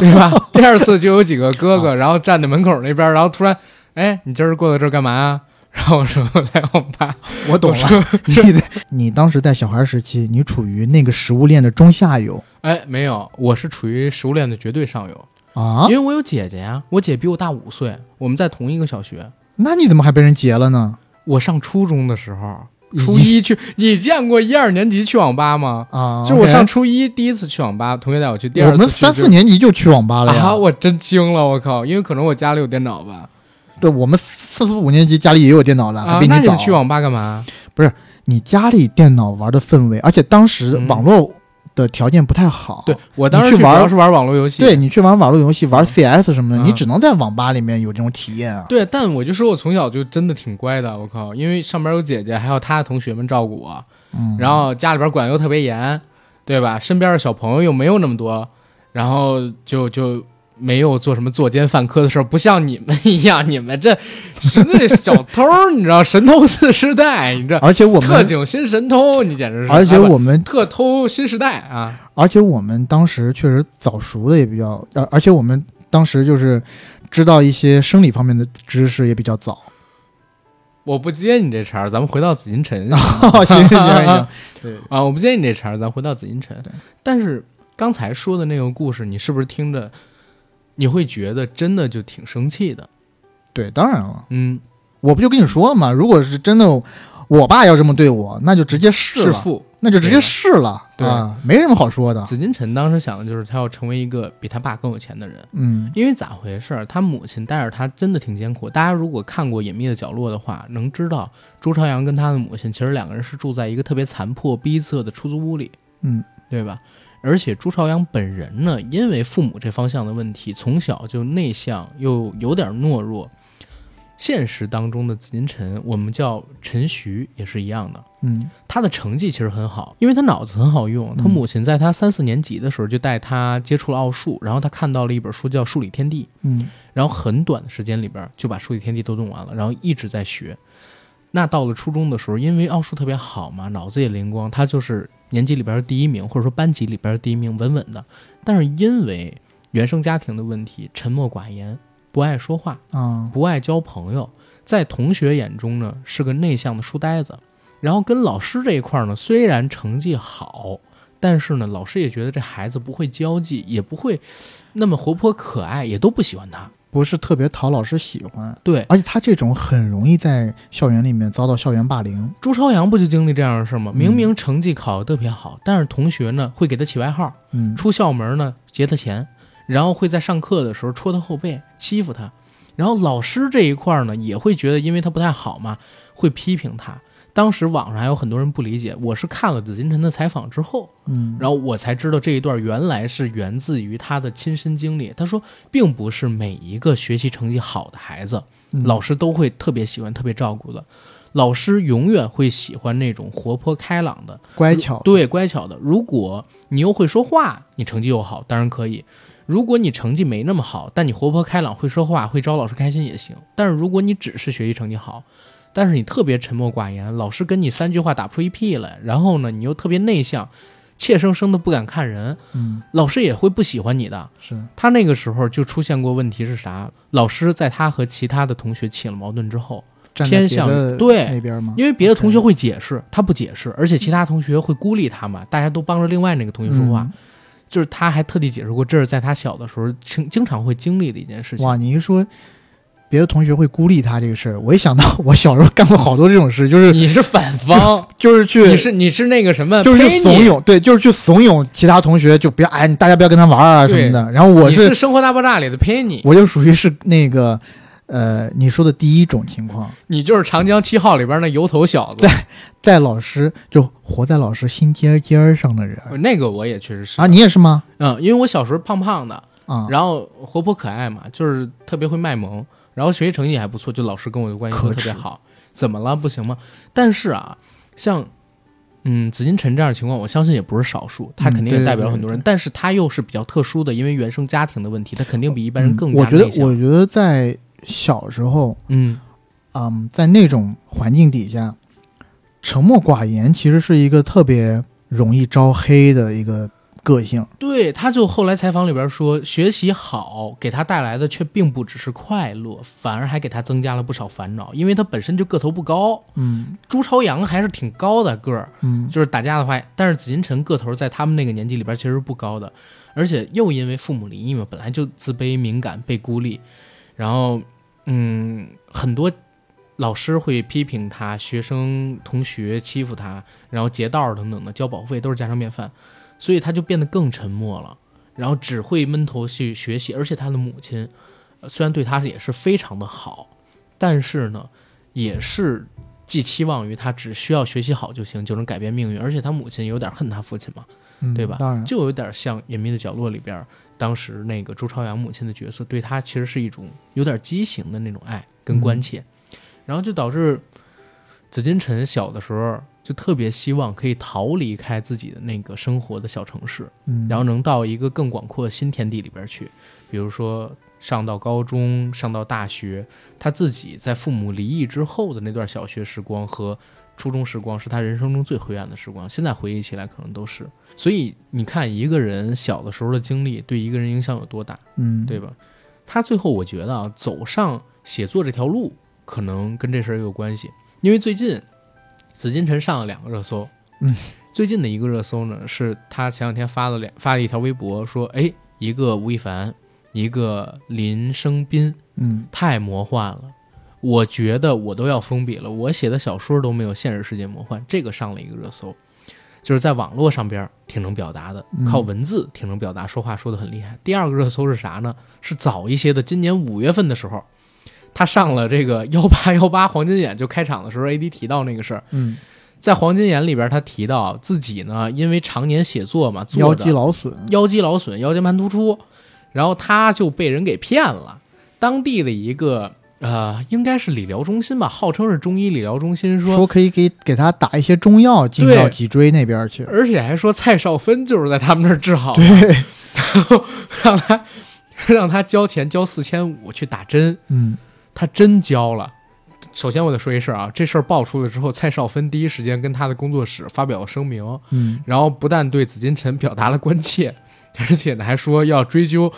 Speaker 2: 对吧？第二次就有几个哥 哥，然后站在门口那边，然后突然，哎，你今儿过到这儿干嘛啊？ 然后我说我来网吧，
Speaker 3: 我懂了。 你的你当时在小孩时期，你处于那个食物链的中下游
Speaker 2: 哎，没有，我是处于食物链的绝对上游，
Speaker 3: 啊
Speaker 2: 因？为我有姐姐呀、我姐比我大五岁，我们在同一个小学。
Speaker 3: 那你怎么还被人劫了呢？
Speaker 2: 我上初中的时候，初一去，你见过一二年级去网吧吗？
Speaker 3: 啊，
Speaker 2: 就我
Speaker 3: OK
Speaker 2: 上初一第一次去网吧，同学带我去，第二
Speaker 3: 我
Speaker 2: 次
Speaker 3: 们
Speaker 2: 去
Speaker 3: 三
Speaker 2: 就
Speaker 3: 四年级就去网吧了呀。
Speaker 2: 啊！我真惊了，我靠！因为可能我家里有电脑吧。
Speaker 3: 对，我们四四五年级家里也有电脑了，
Speaker 2: 啊
Speaker 3: 还比，
Speaker 2: 那
Speaker 3: 你
Speaker 2: 你
Speaker 3: 早。
Speaker 2: 们去网吧干嘛？
Speaker 3: 你家里电脑玩的氛围，而且当时
Speaker 2: 嗯
Speaker 3: 网络的条件不太好。
Speaker 2: 对我当时
Speaker 3: 你去
Speaker 2: 主
Speaker 3: 玩
Speaker 2: 要是玩网络游戏。
Speaker 3: 对你去玩网络游戏、玩 CS 什么的，
Speaker 2: 嗯
Speaker 3: 你只能在网吧里面有这种体验啊。
Speaker 2: 对但我就说我从小就真的挺乖的，我靠！因为上边有姐姐，还有她的同学们照顾我，
Speaker 3: 嗯，
Speaker 2: 然后家里边管得又特别严，对吧？身边的小朋友又没有那么多，然后就就没有做什么作奸犯科的事儿，不像你们一样，你们这 是那小偷儿，你知道神偷四世代，你这
Speaker 3: 而且我
Speaker 2: 特
Speaker 3: 们，
Speaker 2: 警新神偷，你简直是！
Speaker 3: 而且
Speaker 2: 哎不
Speaker 3: 我们，
Speaker 2: 特偷新时代啊，
Speaker 3: 而且我们当时确实早熟的也比较，而而且我们当时就是知道一些生理方面的知识也比较早。
Speaker 2: 我不接你这茬儿，咱们回到紫禁 城嗯
Speaker 3: 行行 行行， 对，
Speaker 2: 啊，我不接你这茬儿，咱回到紫禁城。但是刚才说的那个故事，你是不是听着，你会觉得真的就挺生气的？
Speaker 3: 对，当然了。
Speaker 2: 嗯，
Speaker 3: 我不就跟你说了吗？如果是真的，我爸要这么对我，那就直接试
Speaker 2: 弑
Speaker 3: 了，
Speaker 2: 父。
Speaker 3: 那就直接试了，
Speaker 2: 对
Speaker 3: 啊，没什么好说的。
Speaker 2: 紫禁城当时想的就是他要成为一个比他爸更有钱的人，
Speaker 3: 嗯，
Speaker 2: 因为咋回事儿？他母亲带着他真的挺艰苦。大家如果看过《隐秘的角落》的话，能知道朱朝阳跟他的母亲其实两个人是住在一个特别残破逼仄的出租屋里，
Speaker 3: 嗯，
Speaker 2: 对吧？而且朱朝阳本人呢，因为父母这方向的问题，从小就内向又有点懦弱。现实当中的紫金陈，我们叫陈徐也是一样的。
Speaker 3: 嗯，
Speaker 2: 他的成绩其实很好，因为他脑子很好用。他母亲在他三四年级的时候就带他接触了奥数，然后他看到了一本书叫《数理天地》，
Speaker 3: 嗯，
Speaker 2: 然后很短的时间里边就把数理天地都弄完了，然后一直在学。那到了初中的时候，因为奥数特别好嘛，脑子也灵光，他就是年级里边第一名，或者说班级里边第一名，稳稳的。但是因为原生家庭的问题，沉默寡言，不爱说话，
Speaker 3: 啊，
Speaker 2: 不爱交朋友，在同学眼中呢是个内向的书呆子。然后跟老师这一块儿呢，虽然成绩好，但是呢，老师也觉得这孩子不会交际，也不会那么活泼可爱，也都不喜欢他。
Speaker 3: 不是特别讨老师喜欢，
Speaker 2: 对，
Speaker 3: 而且他这种很容易在校园里面遭到校园霸凌。
Speaker 2: 朱朝阳不就经历这样的事吗？
Speaker 3: 嗯
Speaker 2: 明明成绩考得特别好，但是同学呢会给他起外号，
Speaker 3: 嗯，
Speaker 2: 出校门呢劫他钱，然后会在上课的时候戳他后背，欺负他。然后老师这一块呢也会觉得，因为他不太好嘛，会批评他。当时网上还有很多人不理解，我是看了紫金陈的采访之后，
Speaker 3: 嗯，
Speaker 2: 然后我才知道这一段原来是源自于他的亲身经历。他说，并不是每一个学习成绩好的孩子，
Speaker 3: 嗯
Speaker 2: 老师都会特别喜欢、特别照顾的。老师永远会喜欢那种活泼开朗的，
Speaker 3: 乖巧，，
Speaker 2: 对乖巧的。如果你又会说话，你成绩又好，当然可以；如果你成绩没那么好，但你活泼开朗、会说话、会招老师开心也行。但是如果你只是学习成绩好，但是你特别沉默寡言，老师跟你三句话打不出一屁来，然后呢，你又特别内向，怯生生的不敢看人，
Speaker 3: 嗯，
Speaker 2: 老师也会不喜欢你的。
Speaker 3: 是，
Speaker 2: 他那个时候就出现过问题是啥？老师在他和其他的同学起了矛盾之后，
Speaker 3: 站在
Speaker 2: 偏
Speaker 3: 别
Speaker 2: 向
Speaker 3: 的
Speaker 2: 对
Speaker 3: 那边吗？
Speaker 2: 因为别的同学
Speaker 3: OK
Speaker 2: 会解释，他不解释，而且其他同学会孤立他嘛，大家都帮着另外那个同学说话。
Speaker 3: 嗯
Speaker 2: 就是他还特地解释过，这是在他小的时候经经常会经历的一件事情。
Speaker 3: 哇，你一说别的同学会孤立他这个事儿，我一想到我小时候干过好多这种事，就 是
Speaker 2: 你是反 方，
Speaker 3: 就是去
Speaker 2: 你是你是那个什么，
Speaker 3: 就是去
Speaker 2: 呸
Speaker 3: 怂
Speaker 2: 呃你，
Speaker 3: 恿，对，就是去怂恿其他同学就不要哎，你大家不要跟他玩啊什
Speaker 2: 对
Speaker 3: 么的。然后我
Speaker 2: 你是《生活大爆炸》里的佩妮，
Speaker 3: 我就属于是那个呃你说的第一种情况，
Speaker 2: 你就是《长江七号》里边那油头小子。
Speaker 3: 在老师就活在老师心尖尖儿上的人
Speaker 2: 那个我也确实是
Speaker 3: 啊，你也是吗？
Speaker 2: 嗯，因为我小时候胖胖的，
Speaker 3: 啊，
Speaker 2: 然后活泼可爱嘛，就是特别会卖萌，然后学习成绩也还不错，就老师跟我的关系都
Speaker 3: 可
Speaker 2: 特别
Speaker 3: 耻
Speaker 2: 好。怎么了？不行吗？但是啊，像嗯紫金陈这样的情况，我相信也不是少数，他
Speaker 3: 嗯
Speaker 2: 肯定也
Speaker 3: 对对
Speaker 2: 代表了
Speaker 3: 对
Speaker 2: 很多人，
Speaker 3: 对
Speaker 2: 但是他又是比较特殊的，因为原生家庭的问题，他肯定比一般人
Speaker 3: 嗯
Speaker 2: 更加
Speaker 3: 我觉得
Speaker 2: 内向
Speaker 3: 我觉得在小时候，
Speaker 2: 嗯
Speaker 3: 嗯，在那种环境底下，沉默寡言其实是一个特别容易招黑的一个个性。
Speaker 2: 对，他就后来采访里边说，学习好给他带来的却并不只是快乐，反而还给他增加了不少烦恼，因为他本身就个头不高，
Speaker 3: 嗯
Speaker 2: 朱朝阳还是挺高的个儿，
Speaker 3: 嗯，
Speaker 2: 就是打架的话，但是紫金陈个头在他们那个年纪里边其实是不高的，而且又因为父母离异嘛，本来就自卑、敏感、被孤立，然后嗯，很多老师会批评他，学生同学欺负他，然后劫道儿等等的，交保护费都是家常便饭，所以他就变得更沉默了，然后只会闷头去学习，而且他的母亲呃虽然对他也是非常的好，但是呢，也是寄期望于他只需要学习好就行，就能改变命运。而且他母亲有点恨他父亲嘛，
Speaker 3: 嗯
Speaker 2: 对吧
Speaker 3: 当然，
Speaker 2: 就有点像《隐秘的角落》里边当时那个朱朝阳母亲的角色，对他其实是一种有点畸形的那种爱跟关切，然后就导致紫金陈小的时候就特别希望可以逃离开自己的那个生活的小城市，
Speaker 3: 嗯，
Speaker 2: 然后能到一个更广阔的新天地里边去，比如说上到高中，上到大学，他自己在父母离异之后的那段小学时光和初中时光是他人生中最灰暗的时光，现在回忆起来可能都是。所以你看，一个人小的时候的经历对一个人影响有多大，
Speaker 3: 嗯，
Speaker 2: 对吧？他最后我觉得啊，走上写作这条路，可能跟这事儿也有关系。因为最近紫金陈上了两个热搜，
Speaker 3: 嗯，
Speaker 2: 最近的一个热搜呢是他前两天发了两发了一条微博说，哎，一个吴亦凡，一个林生斌，
Speaker 3: 嗯
Speaker 2: 太魔幻了。我觉得我都要封笔了，我写的小说都没有现实世界魔幻。这个上了一个热搜，就是在网络上边儿挺能表达的，
Speaker 3: 嗯
Speaker 2: 靠文字挺能表达，说话说的很厉害。第二个热搜是啥呢？是早一些的，今年五月份的时候，他上了这个 幺八幺八黄金眼，就开场的时候 AD 提到那个事儿，
Speaker 3: 嗯，
Speaker 2: 在黄金眼里边儿他提到自己呢，因为常年写作嘛，
Speaker 3: 腰
Speaker 2: 做的
Speaker 3: 肌劳损，
Speaker 2: 腰肌劳损、腰间盘突出，然后他就被人给骗了。当地的一个呃，应该是理疗中心吧，号称是中医理疗中心说，
Speaker 3: 说可以给给他打一些中药进
Speaker 2: 对
Speaker 3: 到脊椎那 边去。
Speaker 2: 而且还说蔡少芬就是在他们那儿治好的，
Speaker 3: 对，
Speaker 2: 让他让他交钱交四千五去打针，
Speaker 3: 嗯
Speaker 2: 他真交了。首先我得说一事儿啊，这事儿爆出了之后，蔡少芬第一时间跟他的工作室发表了声明，
Speaker 3: 嗯，
Speaker 2: 然后不但对紫金陈表达了关切， 而且呢还说要追究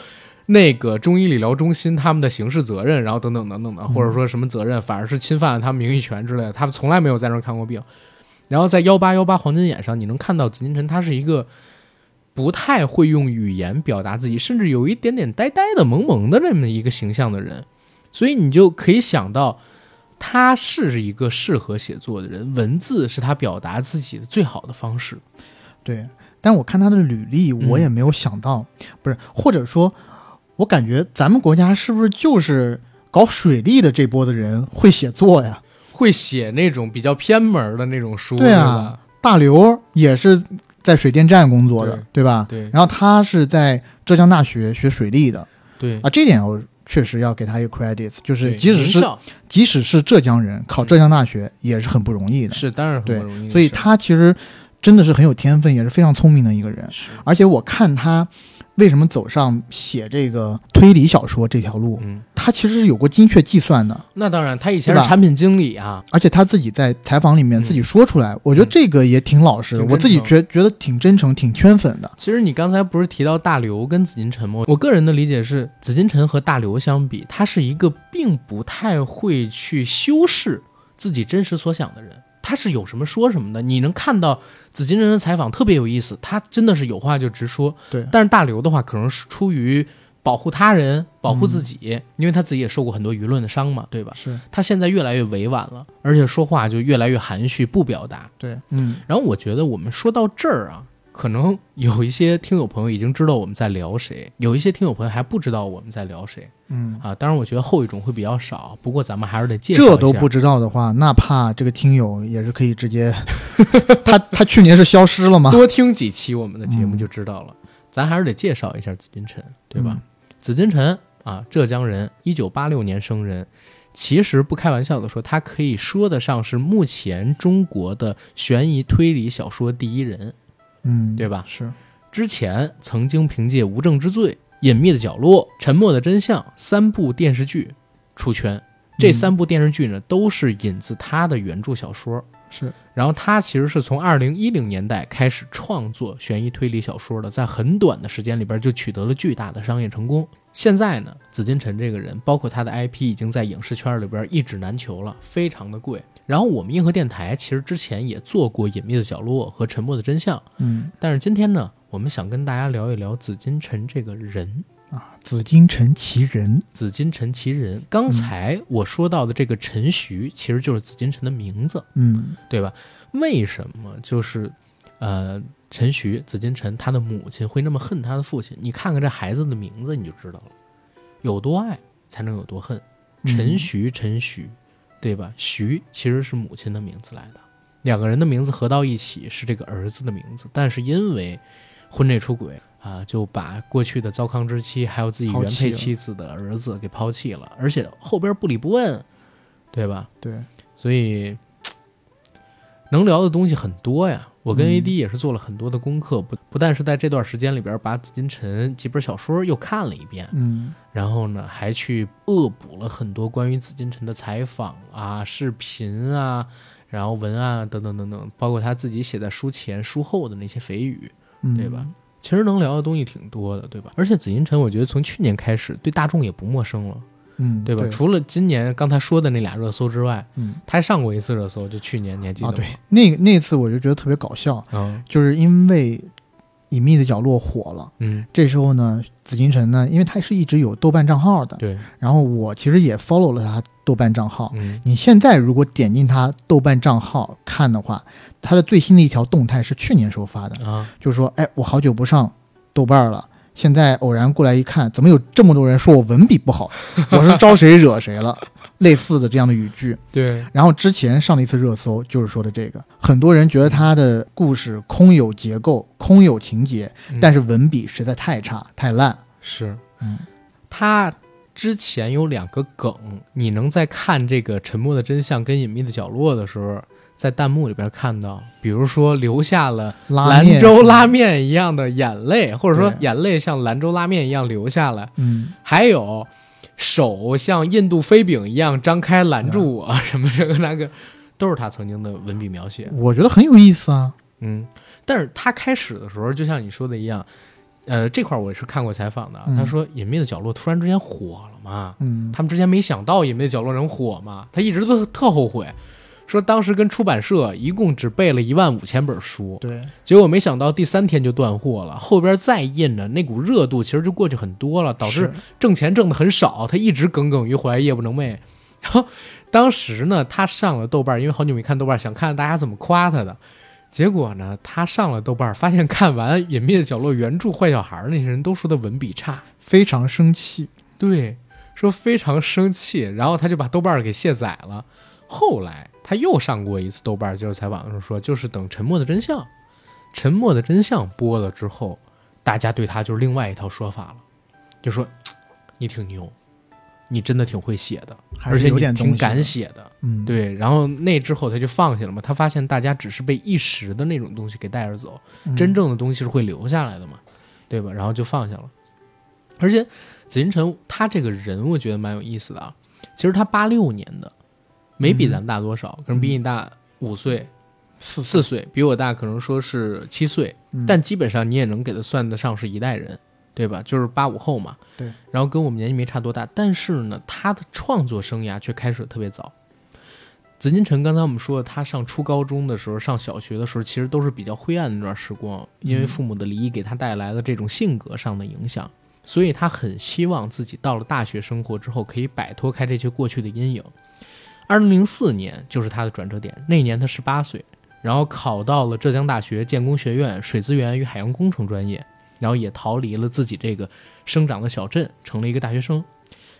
Speaker 2: 那个中医理疗中心他们的刑事责任，然后等等等等的，或者说什么责任，反而是侵犯了他们名誉权之类的。他们从来没有在那儿看过病。然后在幺八幺八黄金眼上，你能看到紫金陈他是一个不太会用语言表达自己，甚至有一点点呆呆的、萌萌的这么一个形象的人，所以你就可以想到。他是一个适合写作的人，文字是他表达自己的最好的方式。
Speaker 3: 对。但我看他的履历，
Speaker 2: 嗯
Speaker 3: 我也没有想到，不是，或者说，我感觉咱们国家是不是就是搞水利的这波的人会写作呀？
Speaker 2: 会写那种比较偏门的那种书，
Speaker 3: 对啊大刘也是在水电站工作的，
Speaker 2: 对
Speaker 3: 对吧？
Speaker 2: 对
Speaker 3: 然后他是在浙江大学学水利的
Speaker 2: 对吧，对，
Speaker 3: 啊，这点我确实要给他一个 credits，就是
Speaker 2: 对
Speaker 3: 即使
Speaker 2: 名
Speaker 3: 是
Speaker 2: 校
Speaker 3: 即使是浙江人考浙江大学也是很不容易的，
Speaker 2: 嗯是当然很
Speaker 3: 对
Speaker 2: 不容易的事儿，
Speaker 3: 所以他其实真的是很有天分，也是非常聪明的一个人。
Speaker 2: 是
Speaker 3: 而且我看他为什么走上写这个推理小说这条路，
Speaker 2: 嗯，
Speaker 3: 他其实是有过精确计算的，
Speaker 2: 那当然，他以前
Speaker 3: 对
Speaker 2: 是
Speaker 3: 吧
Speaker 2: 产品经理啊，
Speaker 3: 而且他自己在采访里面
Speaker 2: 嗯
Speaker 3: 自己说出来，我觉得这个也挺老实的，
Speaker 2: 挺真诚
Speaker 3: 我自己觉觉得挺真诚、挺圈粉的。
Speaker 2: 其实你刚才不是提到大刘跟紫金陈吗？我个人的理解是，紫金陈和大刘相比，他是一个并不太会去修饰自己真实所想的人，他是有什么说什么的。你能看到紫金陈的采访特别有意思，他真的是有话就直说。
Speaker 3: 对
Speaker 2: 但是大刘的话，可能是出于保护他人、保护自己，因为他自己也受过很多舆论的伤嘛，对吧？
Speaker 3: 嗯是
Speaker 2: 他现在越来越委婉了，而且说话就越来越含蓄，不表达。
Speaker 3: 对，嗯，
Speaker 2: 然后我觉得我们说到这儿啊，可能有一些听友朋友已经知道我们在聊谁，有一些听友朋友还不知道我们在聊谁
Speaker 3: 嗯，
Speaker 2: 啊。当然，我觉得后一种会比较少，不过咱们还是得介绍一下。
Speaker 3: 这都不知道的话，那怕这个听友也是可以直接， 他他去年是消失了吗？
Speaker 2: 多听几期我们的节目
Speaker 3: 嗯
Speaker 2: 就知道了。嗯咱还是得介绍一下紫金陈，对吧？紫金陈啊，浙江人，一九八六年生人。其实不开玩笑的说，他可以说得上是目前中国的悬疑推理小说第一人。
Speaker 3: 嗯，
Speaker 2: 对吧
Speaker 3: 是，
Speaker 2: 之前曾经凭借《无证之罪》《隐秘的角落》《沉默的真相》三部电视剧出圈。这三部电视剧呢，都是引自他的原著小说。
Speaker 3: 是，
Speaker 2: 然后他其实是从二零一零年代开始创作悬疑推理小说的，在很短的时间里边就取得了巨大的商业成功。现在呢，紫金陈这个人，包括他的 IP，已经在影视圈里边一指难求了，非常的贵。然后我们硬核电台其实之前也做过《隐秘的角落》和《沉默的真相》，
Speaker 3: 嗯
Speaker 2: 但是今天呢，我们想跟大家聊一聊紫金陈这个人。
Speaker 3: 啊，紫金陈其人，
Speaker 2: 紫金陈其人，刚才我说到的这个陈徐，其实就是紫金陈的名字，
Speaker 3: 嗯
Speaker 2: 对吧？为什么就是，呃，陈徐紫金陈他的母亲会那么恨他的父亲？你看看这孩子的名字，你就知道了，有多爱才能有多恨。陈
Speaker 3: 嗯
Speaker 2: 徐，陈徐，对吧？徐其实是母亲的名字来的，两个人的名字合到一起是这个儿子的名字，但是因为婚内出轨啊，就把过去的糟糠之妻还有自己
Speaker 3: 抛
Speaker 2: 原
Speaker 3: 弃
Speaker 2: 配
Speaker 3: 了
Speaker 2: 妻子的儿子给抛弃了，而且后边不理不问，对吧？
Speaker 3: 对，
Speaker 2: 所以嘖能聊的东西很多呀。我跟
Speaker 3: 嗯
Speaker 2: AD 也是做了很多的功课，不不但是在这段时间里边把《紫禁城》几本小说又看了一遍，
Speaker 3: 嗯
Speaker 2: 然后呢，还去恶补了很多关于紫禁城的采访啊、视频啊，然后文案啊等等等等，包括他自己写在书前、书后的那些蜚语，
Speaker 3: 嗯，
Speaker 2: 对吧？？其实能聊的东西挺多的，对吧？而且紫禁城，我觉得从去年开始对大众也不陌生了，
Speaker 3: 嗯，
Speaker 2: 对吧？除了今年刚才说的那俩热搜之外，
Speaker 3: 嗯
Speaker 2: 他还上过一次热搜，就去年你还记得
Speaker 3: 啊，
Speaker 2: 吗？
Speaker 3: 对，那个那次我就觉得特别搞笑，
Speaker 2: 嗯
Speaker 3: 就是因为《隐秘的角落》火了。
Speaker 2: 嗯，
Speaker 3: 这时候呢，紫金陈呢，因为他是一直有豆瓣账号的，
Speaker 2: 对，
Speaker 3: 然后我其实也 follow 了他豆瓣账号。
Speaker 2: 嗯
Speaker 3: 你现在如果点进他豆瓣账号看的话，他的最新的一条动态是去年时候发的，
Speaker 2: 啊，
Speaker 3: 就是说，哎，我好久不上豆瓣了，现在偶然过来一看，怎么有这么多人说我文笔不好，我是招谁惹谁了， 类似的这样的语句。
Speaker 2: 对，
Speaker 3: 然后之前上了一次热搜，就是说的这个，很多人觉得他的故事空有结构、空有情节，但
Speaker 2: 是
Speaker 3: 是文笔实在太差、太烂。
Speaker 2: 嗯是
Speaker 3: 嗯，
Speaker 2: 他之前有两个梗，你能在看这个《沉默的真相》跟《隐秘的角落》的时候，在弹幕里边看到，比如说留下了
Speaker 3: 拉面
Speaker 2: 兰州拉，面一样的眼泪，或者说
Speaker 3: 对
Speaker 2: 眼泪像兰州拉面一样流下来，
Speaker 3: 嗯，
Speaker 2: 还有手像印度飞饼一样张开拦住我，什么这个那个，都是他曾经的文笔描写。
Speaker 3: 我觉得很有意思啊。
Speaker 2: 嗯，但是他开始的时候，就像你说的一样，呃，这块儿我是看过采访的，
Speaker 3: 嗯
Speaker 2: 他说《隐秘的角落》突然之间火了嘛，
Speaker 3: 嗯，
Speaker 2: 他们之前没想到《隐秘的角落》能火嘛，他一直都特后悔，说当时跟出版社一共只背了一万五千本书，
Speaker 3: 对，
Speaker 2: 结果没想到第三天就断货了，后边再印呢，那股热度其实就过去很多了，导致
Speaker 3: 是
Speaker 2: 挣钱挣的很少，他一直耿耿于怀，夜不能寐。 然后当时呢，他上了豆瓣，因为好久没看豆瓣，想看大家怎么夸他的。结果呢，他上了豆瓣，发现看完《隐秘的角落》原著《坏小孩》那些人都说他文笔差，
Speaker 3: 非常生气。
Speaker 2: 对，说非常生气，然后他就把豆瓣儿给卸载了。后来他又上过一次豆瓣儿接受采访的时候说，就是等《沉默的真相》，《沉默的真相》播了之后，大家对他就是另外一套说法了，就说嘖嗯你挺牛，你真的挺会写的，
Speaker 3: 还
Speaker 2: 而
Speaker 3: 是
Speaker 2: 且
Speaker 3: 有
Speaker 2: 你
Speaker 3: 点东
Speaker 2: 挺
Speaker 3: 西的
Speaker 2: 敢写的。
Speaker 3: 嗯，，
Speaker 2: 对，然后那之后他就放下了嘛，他发现大家只是被一时的那种东西给带着走，
Speaker 3: 嗯
Speaker 2: 真正的东西是会留下来的嘛，对吧？然后就放下了。而且紫禁城他这个人，我觉得蛮有意思的啊。其实他八六年的，没比
Speaker 3: 嗯
Speaker 2: 咱们大多少，可能比你大五岁、
Speaker 3: 四
Speaker 2: 四岁，比我大可能说是七岁，
Speaker 3: 嗯
Speaker 2: 但基本上你也能给他算得上是一代人，对吧？就是八五后嘛。
Speaker 3: 对。
Speaker 2: 然后跟我们年纪没差多大，但是呢，他的创作生涯却开始得特别早。紫金陈刚才我们说，他上初高中的时候，上小学的时候，其实都是比较灰暗的那段时光，因
Speaker 3: 嗯
Speaker 2: 为父母的离异给他带来了这种性格上的影响，所以他很希望自己到了大学生活之后，可以摆脱开这些过去的阴影。二零零四年就是他的转折点，那年他十八岁，然后考到了浙江大学建工学院水资源与海洋工程专业，然后也逃离了自己这个生长的小镇，成了一个大学生。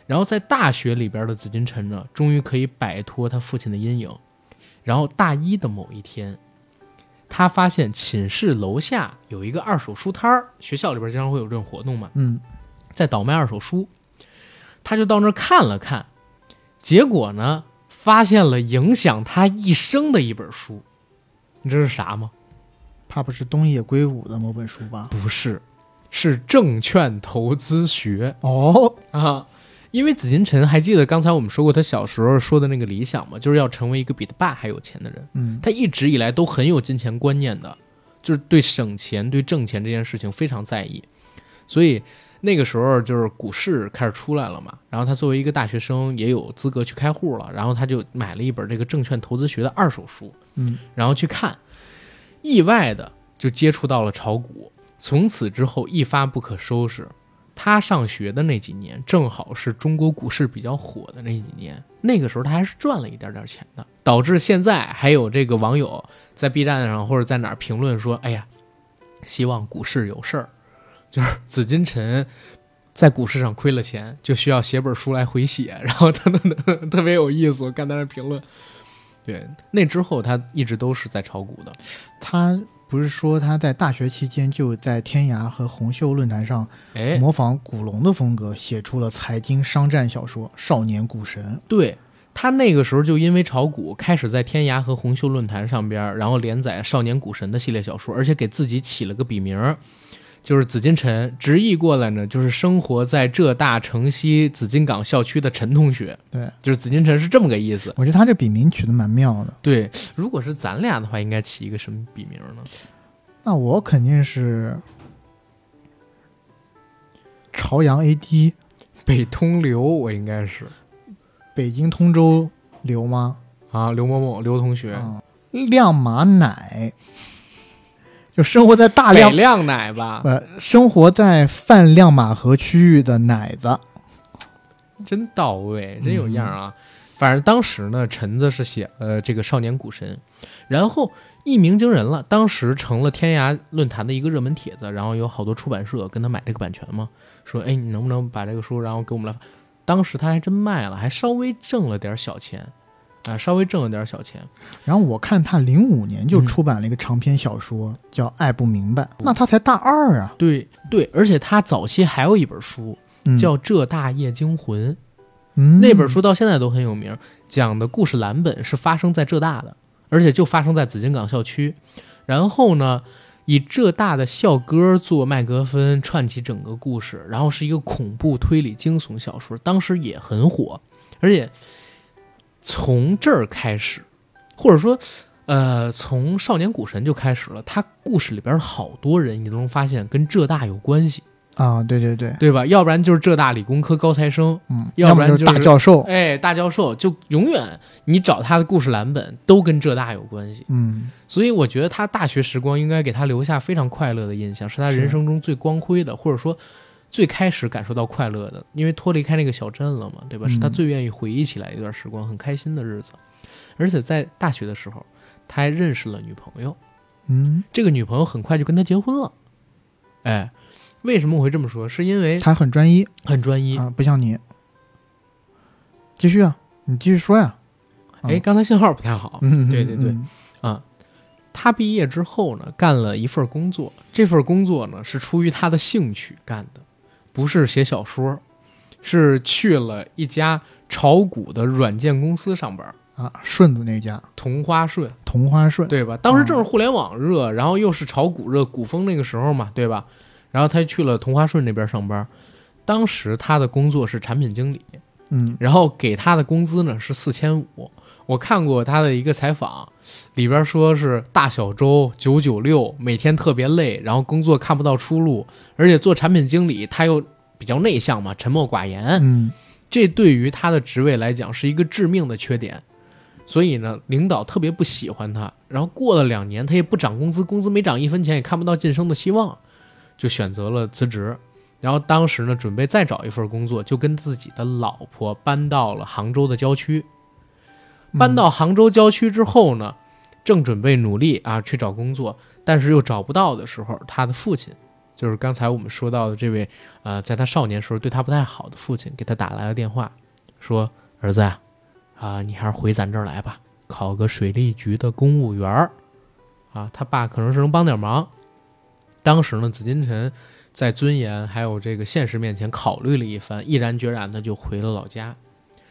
Speaker 2: 然后在大学里边的紫金陈呢，终于可以摆脱他父亲的阴影。然后大一的某一天，他发现寝室楼下有一个二手书摊儿，学校里边经常会有这种活动嘛，
Speaker 3: 嗯
Speaker 2: 在倒卖二手书，他就到那儿看了看，结果呢，发现了影响他一生的一本书，你知道是啥吗？
Speaker 3: 怕不是东野圭吾的某本书吧？
Speaker 2: 不是，是证券投资学
Speaker 3: 哦，
Speaker 2: 啊。因为紫金陈还记得刚才我们说过他小时候说的那个理想嘛，就是要成为一个比他爸还有钱的人。
Speaker 3: 嗯
Speaker 2: 他一直以来都很有金钱观念的，就是对省钱、对挣钱这件事情非常在意。所以那个时候就是股市开始出来了嘛，然后他作为一个大学生也有资格去开户了，然后他就买了一本这个证券投资学的二手书，
Speaker 3: 嗯，
Speaker 2: 然后去看，意外的就接触到了炒股，从此之后一发不可收拾。他上学的那几年，正好是中国股市比较火的那几年，那个时候他还是赚了一点点钱的，导致现在还有这个网友在 B 站上或者在哪儿评论说：“哎呀，希望股市有事儿。”就是紫金陈在股市上亏了钱，就需要写本书来回血，然后他特别有意思，我看他的评论。对，那之后他一直都是在炒股的，
Speaker 3: 他不是说他在大学期间就在天涯和红袖论坛上
Speaker 2: 哎，
Speaker 3: 模仿古龙的风格，写出了财经商战小说《少年股神》。
Speaker 2: 对他那个时候就因为炒股，开始在天涯和红袖论坛上边儿，然后连载《少年股神》的系列小说，而且给自己起了个笔名儿，就是紫金陈。直译过来呢，就是生活在浙大城西紫金港校区的陈同学，
Speaker 3: 对
Speaker 2: 就是紫金陈是这么个意思。
Speaker 3: 我觉得他这笔名取得蛮妙的。
Speaker 2: 对，如果是咱俩的话，应该起一个什么笔名呢？
Speaker 3: 那我肯定是朝阳 AD
Speaker 2: 北通刘，我应该是
Speaker 3: 北京通州流吗？
Speaker 2: 啊，刘某某，刘同学，
Speaker 3: 啊，亮马奶，就生活在大
Speaker 2: 北
Speaker 3: 量
Speaker 2: 亮奶吧，
Speaker 3: 呃生活在泛亮马河区域的奶子，
Speaker 2: 真到位，真有样儿啊！反正当时呢，陈子是写呃这个少年股神，然后一鸣惊人了，当时成了天涯论坛的一个热门帖子，然后有好多出版社跟他买这个版权嘛，说哎你能不能把这个书然后给我们来发？当时他还真卖了，还稍微挣了点小钱，啊、稍微挣了点小钱。
Speaker 3: 然后我看他零五年就
Speaker 2: 嗯
Speaker 3: 出版了一个长篇小说，叫《爱不明白》，那他才大二啊，
Speaker 2: 对对，而且他早期还有一本书
Speaker 3: 嗯、
Speaker 2: 叫《浙大夜惊魂》，
Speaker 3: 嗯
Speaker 2: 那本书到现在都很有名，讲的故事蓝本是发生在浙大的，而且就发生在紫金港校区。然后呢，以浙大的校歌做麦格芬串起整个故事，然后是一个恐怖推理惊悚小说，当时也很火。而且从这儿开始，或者说，呃，从《少年股神》就开始了，他故事里边好多人你都能发现跟浙大有关系，
Speaker 3: 啊，对对对，
Speaker 2: 对吧？要不然就是浙大理工科高材生，
Speaker 3: 嗯，
Speaker 2: 要不
Speaker 3: 么
Speaker 2: 然
Speaker 3: 就是
Speaker 2: 就
Speaker 3: 大
Speaker 2: 是
Speaker 3: 教授，
Speaker 2: 哎，大教授就永远你找他的故事蓝本都跟浙大有关系，
Speaker 3: 嗯，
Speaker 2: 所以我觉得他大学时光应该给他留下非常快乐的印象，是他
Speaker 3: 是
Speaker 2: 人生中最光辉的，或者说最开始感受到快乐的，因为脱离开那个小镇了嘛，对吧？
Speaker 3: 嗯
Speaker 2: 是他最愿意回忆起来一段时光，很开心的日子。而且在大学的时候，他还认识了女朋友，
Speaker 3: 嗯，
Speaker 2: 这个女朋友很快就跟他结婚了。哎，为什么我会这么说？是因为
Speaker 3: 他很专一啊
Speaker 2: 很专一，
Speaker 3: 啊，不像你。继续啊，你继续说呀。
Speaker 2: 哎，刚才信号不太好。哦
Speaker 3: 嗯，
Speaker 2: 对对对
Speaker 3: 嗯，
Speaker 2: 他毕业之后呢，干了一份工作，这份工作呢是出于他的兴趣干的，不是写小说，是去了一家炒股的软件公司上班，
Speaker 3: 啊，顺子那家
Speaker 2: 同花顺，
Speaker 3: 同花顺，
Speaker 2: 对吧？当时正是互联网热，然后又是炒股热，股风那个时候嘛，对吧？然后他去了同花顺那边上班，当时他的工作是产品经理，
Speaker 3: 嗯
Speaker 2: 然后给他的工资呢是四千五。我看过他的一个采访，里边说是大小周九九六，每天特别累，然后工作看不到出路，而且做产品经理他又比较内向嘛，沉默寡言，
Speaker 3: 嗯
Speaker 2: 这对于他的职位来讲是一个致命的缺点。所以呢，领导特别不喜欢他。然后过了两年，他也不涨工资，工资没涨一分钱，也看不到晋升的希望，就选择了辞职。然后当时呢，准备再找一份工作，就跟自己的老婆搬到了杭州的郊区。搬到杭州郊区之后呢，正准备努力啊去找工作，但是又找不到的时候，他的父亲，就是刚才我们说到的这位，呃，在他少年时候对他不太好的父亲，给他打来了电话，说：“儿子呀、啊，你还是回咱这儿来吧，考个水利局的公务员儿。”啊，他爸可能是能帮点忙。当时呢，紫金陈在尊严还有这个现实面前考虑了一番，毅然决然的就回了老家。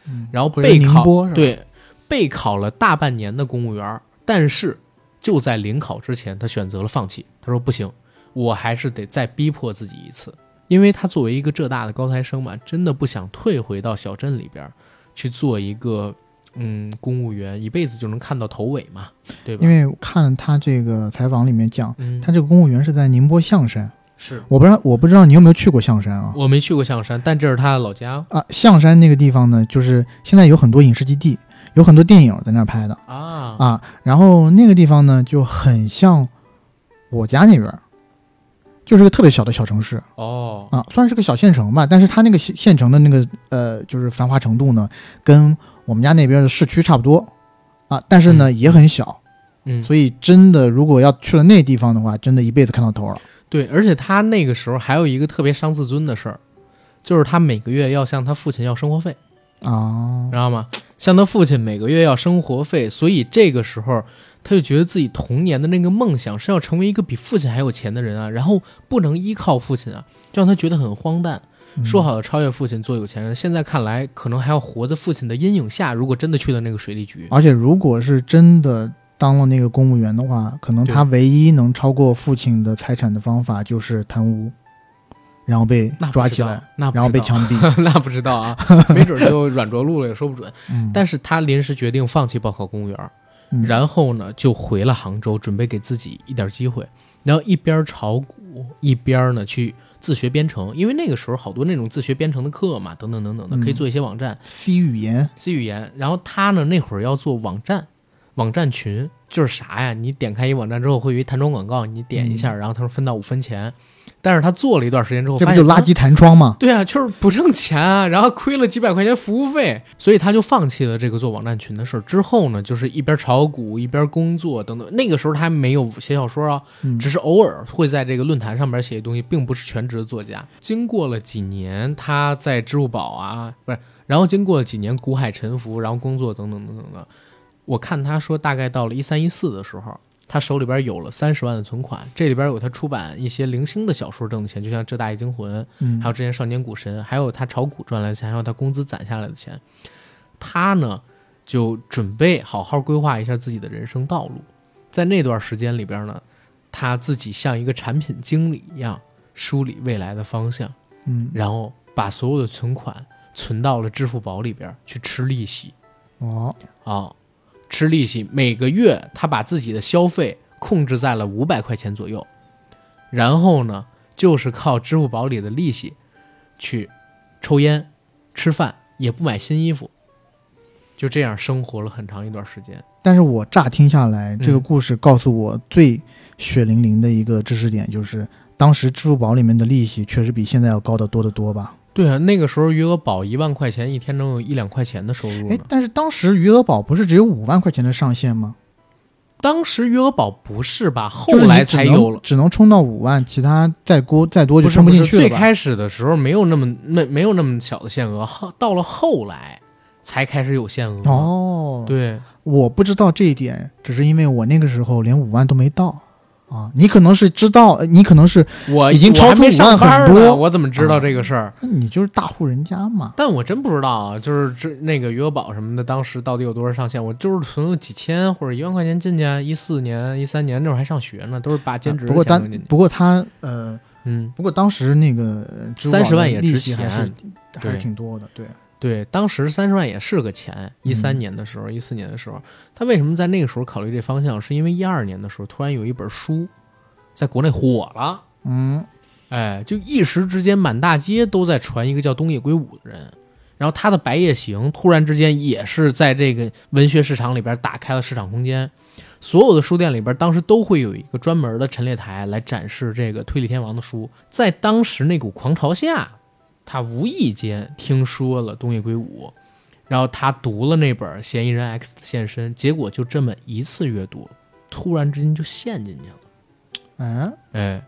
Speaker 3: 嗯
Speaker 2: 然后
Speaker 3: 回了
Speaker 2: 备
Speaker 3: 宁
Speaker 2: 考
Speaker 3: 波是吧
Speaker 2: 对备考了大半年的公务员儿，但是就在临考之前，他选择了放弃。他说不行，我还是得再逼迫自己一次，因为他作为一个浙大的高材生嘛，真的不想退回到小镇里边儿去做一个嗯公务员，一辈子就能看到头尾嘛，对吧？
Speaker 3: 因为看他这个采访里面讲，
Speaker 2: 嗯，
Speaker 3: 他这个公务员是在宁波象山，
Speaker 2: 是
Speaker 3: 我不知道我不知道你有没有去过象山啊？
Speaker 2: 我没去过象山，但这是他的老家
Speaker 3: 啊，象山那个地方呢，就是现在有很多影视基地，有很多电影在那儿拍的
Speaker 2: 啊
Speaker 3: 啊。然后那个地方呢，就很像我家那边儿，就是个特别小的小城市
Speaker 2: 哦，
Speaker 3: 啊，算是个小县城吧。但是它那个县县城的那个呃，就是繁华程度呢，跟我们家那边的市区差不多啊，但是呢、也很小。
Speaker 2: 嗯，
Speaker 3: 所以真的，如果要去了那地方的话，真的一辈子看到头了。
Speaker 2: 对，而且他那个时候还有一个特别伤自尊的事儿，就是他每个月要向他父亲要生活费，
Speaker 3: 啊
Speaker 2: 知，道吗？向他父亲每个月要生活费，所以这个时候他就觉得自己童年的那个梦想是要成为一个比父亲还有钱的人啊，然后不能依靠父亲啊，就让他觉得很荒诞。
Speaker 3: 嗯
Speaker 2: 说好要超越父亲做有钱人，现在看来可能还要活在父亲的阴影下。如果真的去了那个水利局，
Speaker 3: 而且如果是真的当了那个公务员的话，可能他唯一能超过父亲的财产的方法就是贪污，然后被
Speaker 2: 那不
Speaker 3: 抓
Speaker 2: 知
Speaker 3: 起
Speaker 2: 道
Speaker 3: 来，，
Speaker 2: 那不
Speaker 3: 然后
Speaker 2: 知
Speaker 3: 被
Speaker 2: 道，
Speaker 3: 枪毙。
Speaker 2: 那不知道 啊，没准儿就软着陆了也说不准。
Speaker 3: 嗯，
Speaker 2: 但是他临时决定放弃报考公务员儿，
Speaker 3: 嗯
Speaker 2: 然后呢就回了杭州，准备给自己一点机会，然后一边炒股一边呢去自学编程，因为那个时候好多那种自学编程的课嘛，等等等等的，
Speaker 3: 嗯
Speaker 2: 可以做一些网站
Speaker 3: C 语言，
Speaker 2: C 语言。然后他呢那会儿要做网站，网站群就是啥呀？你点开一网站之后会有一弹窗广告，你点一下，然后他说分到五分钱，但是他做了一段时间之后，
Speaker 3: 嗯这
Speaker 2: 发
Speaker 3: 不
Speaker 2: 现
Speaker 3: 就垃
Speaker 2: 啊
Speaker 3: 圾弹窗吗？
Speaker 2: 对啊，就是不挣钱啊，然后亏了几百块钱服务费，所以他就放弃了这个做网站群的事儿。之后呢，就是一边炒股一边工作等等。那个时候他还没有写小说啊，
Speaker 3: 嗯
Speaker 2: 只是偶尔会在这个论坛上面写东西，并不是全职的作家。经过了几年，他在支付宝啊，不是，然后经过了几年股海沉浮，然后工作等等等等的。我看他说，大概到了一三一四的时候，他手里边有了三十万的存款，这里边有他出版一些零星的小说挣的钱，就像《浙大一惊魂》。
Speaker 3: 嗯
Speaker 2: 还有之前少年股神，还有他炒股赚来的钱，还有他工资攒下来的钱，他呢就准备好好规划一下自己的人生道路。在那段时间里边呢，他自己像一个产品经理一样梳理未来的方向，
Speaker 3: 嗯，
Speaker 2: 然后把所有的存款存到了支付宝里边去吃利息
Speaker 3: 哦，
Speaker 2: 啊、吃利息。每个月他把自己的消费控制在了五百块钱左右，然后呢，就是靠支付宝里的利息去抽烟、吃饭，也不买新衣服，就这样生活了很长一段时间。
Speaker 3: 但是我乍听下来，
Speaker 2: 嗯
Speaker 3: 这个故事告诉我最血淋淋的一个知识点就是，当时支付宝里面的利息确实比现在要高得多得多吧？
Speaker 2: 对啊，那个时候余额宝一万块钱一天能有一两块钱的收入
Speaker 3: 哎
Speaker 2: 呢，。
Speaker 3: 但是当时余额宝不是只有五万块钱的上限吗？
Speaker 2: 当时余额宝不是吧？后
Speaker 3: 就是你
Speaker 2: 来
Speaker 3: 只
Speaker 2: 才
Speaker 3: 能
Speaker 2: 有了。
Speaker 3: 只能充到五万，其他再多再多就
Speaker 2: 不是
Speaker 3: 充进
Speaker 2: 是
Speaker 3: 去
Speaker 2: 最
Speaker 3: 了吧？
Speaker 2: 开始的时候没有那么那没有那么小的限额，后到了后来才开始有限额。
Speaker 3: 哦，候了。
Speaker 2: 对，
Speaker 3: 我不知道这一点，只是因为我那个时候连五万都没到啊。你可能是知道，呃你可能是
Speaker 2: 我
Speaker 3: 已经超出
Speaker 2: 我还没上班
Speaker 3: 5万很
Speaker 2: 呢
Speaker 3: 多嗯
Speaker 2: 我怎么知道这个事儿？
Speaker 3: 你就是大户人家嘛。
Speaker 2: 但我真不知道啊，就是这那个余额宝什么的，当时到底有多少上限？我就是存了几千或者一万块钱进去，一四年、一三年那会儿还上学呢，都是把兼职
Speaker 3: 啊
Speaker 2: 的
Speaker 3: 不过
Speaker 2: 钱
Speaker 3: 当
Speaker 2: 弄进去。
Speaker 3: 不过他呃，
Speaker 2: 嗯，
Speaker 3: 不过当时那个呃支付宝
Speaker 2: 30万
Speaker 3: 的
Speaker 2: 也
Speaker 3: 利
Speaker 2: 值
Speaker 3: 息还是还
Speaker 2: 对
Speaker 3: 是挺多的，对。
Speaker 2: 对，当时三十万也是个钱。一三年的时候，一四年的时候，他为什么在那个时候考虑这方向？是因为一二年的时候，突然有一本书在国内火了，
Speaker 3: 嗯，
Speaker 2: 哎，就一时之间满大街都在传一个叫东野圭吾的人，然后他的《白夜行》突然之间也是在这个文学市场里边打开了市场空间，所有的书店里边当时都会有一个专门的陈列台来展示这个推理天王的书，在当时那股狂潮下，他无意间听说了东野圭吾。然后他读了那本《嫌疑人 X 的现身》，结果就这么一次阅读，突然之间就陷进去了。
Speaker 3: 哎，
Speaker 2: 哎，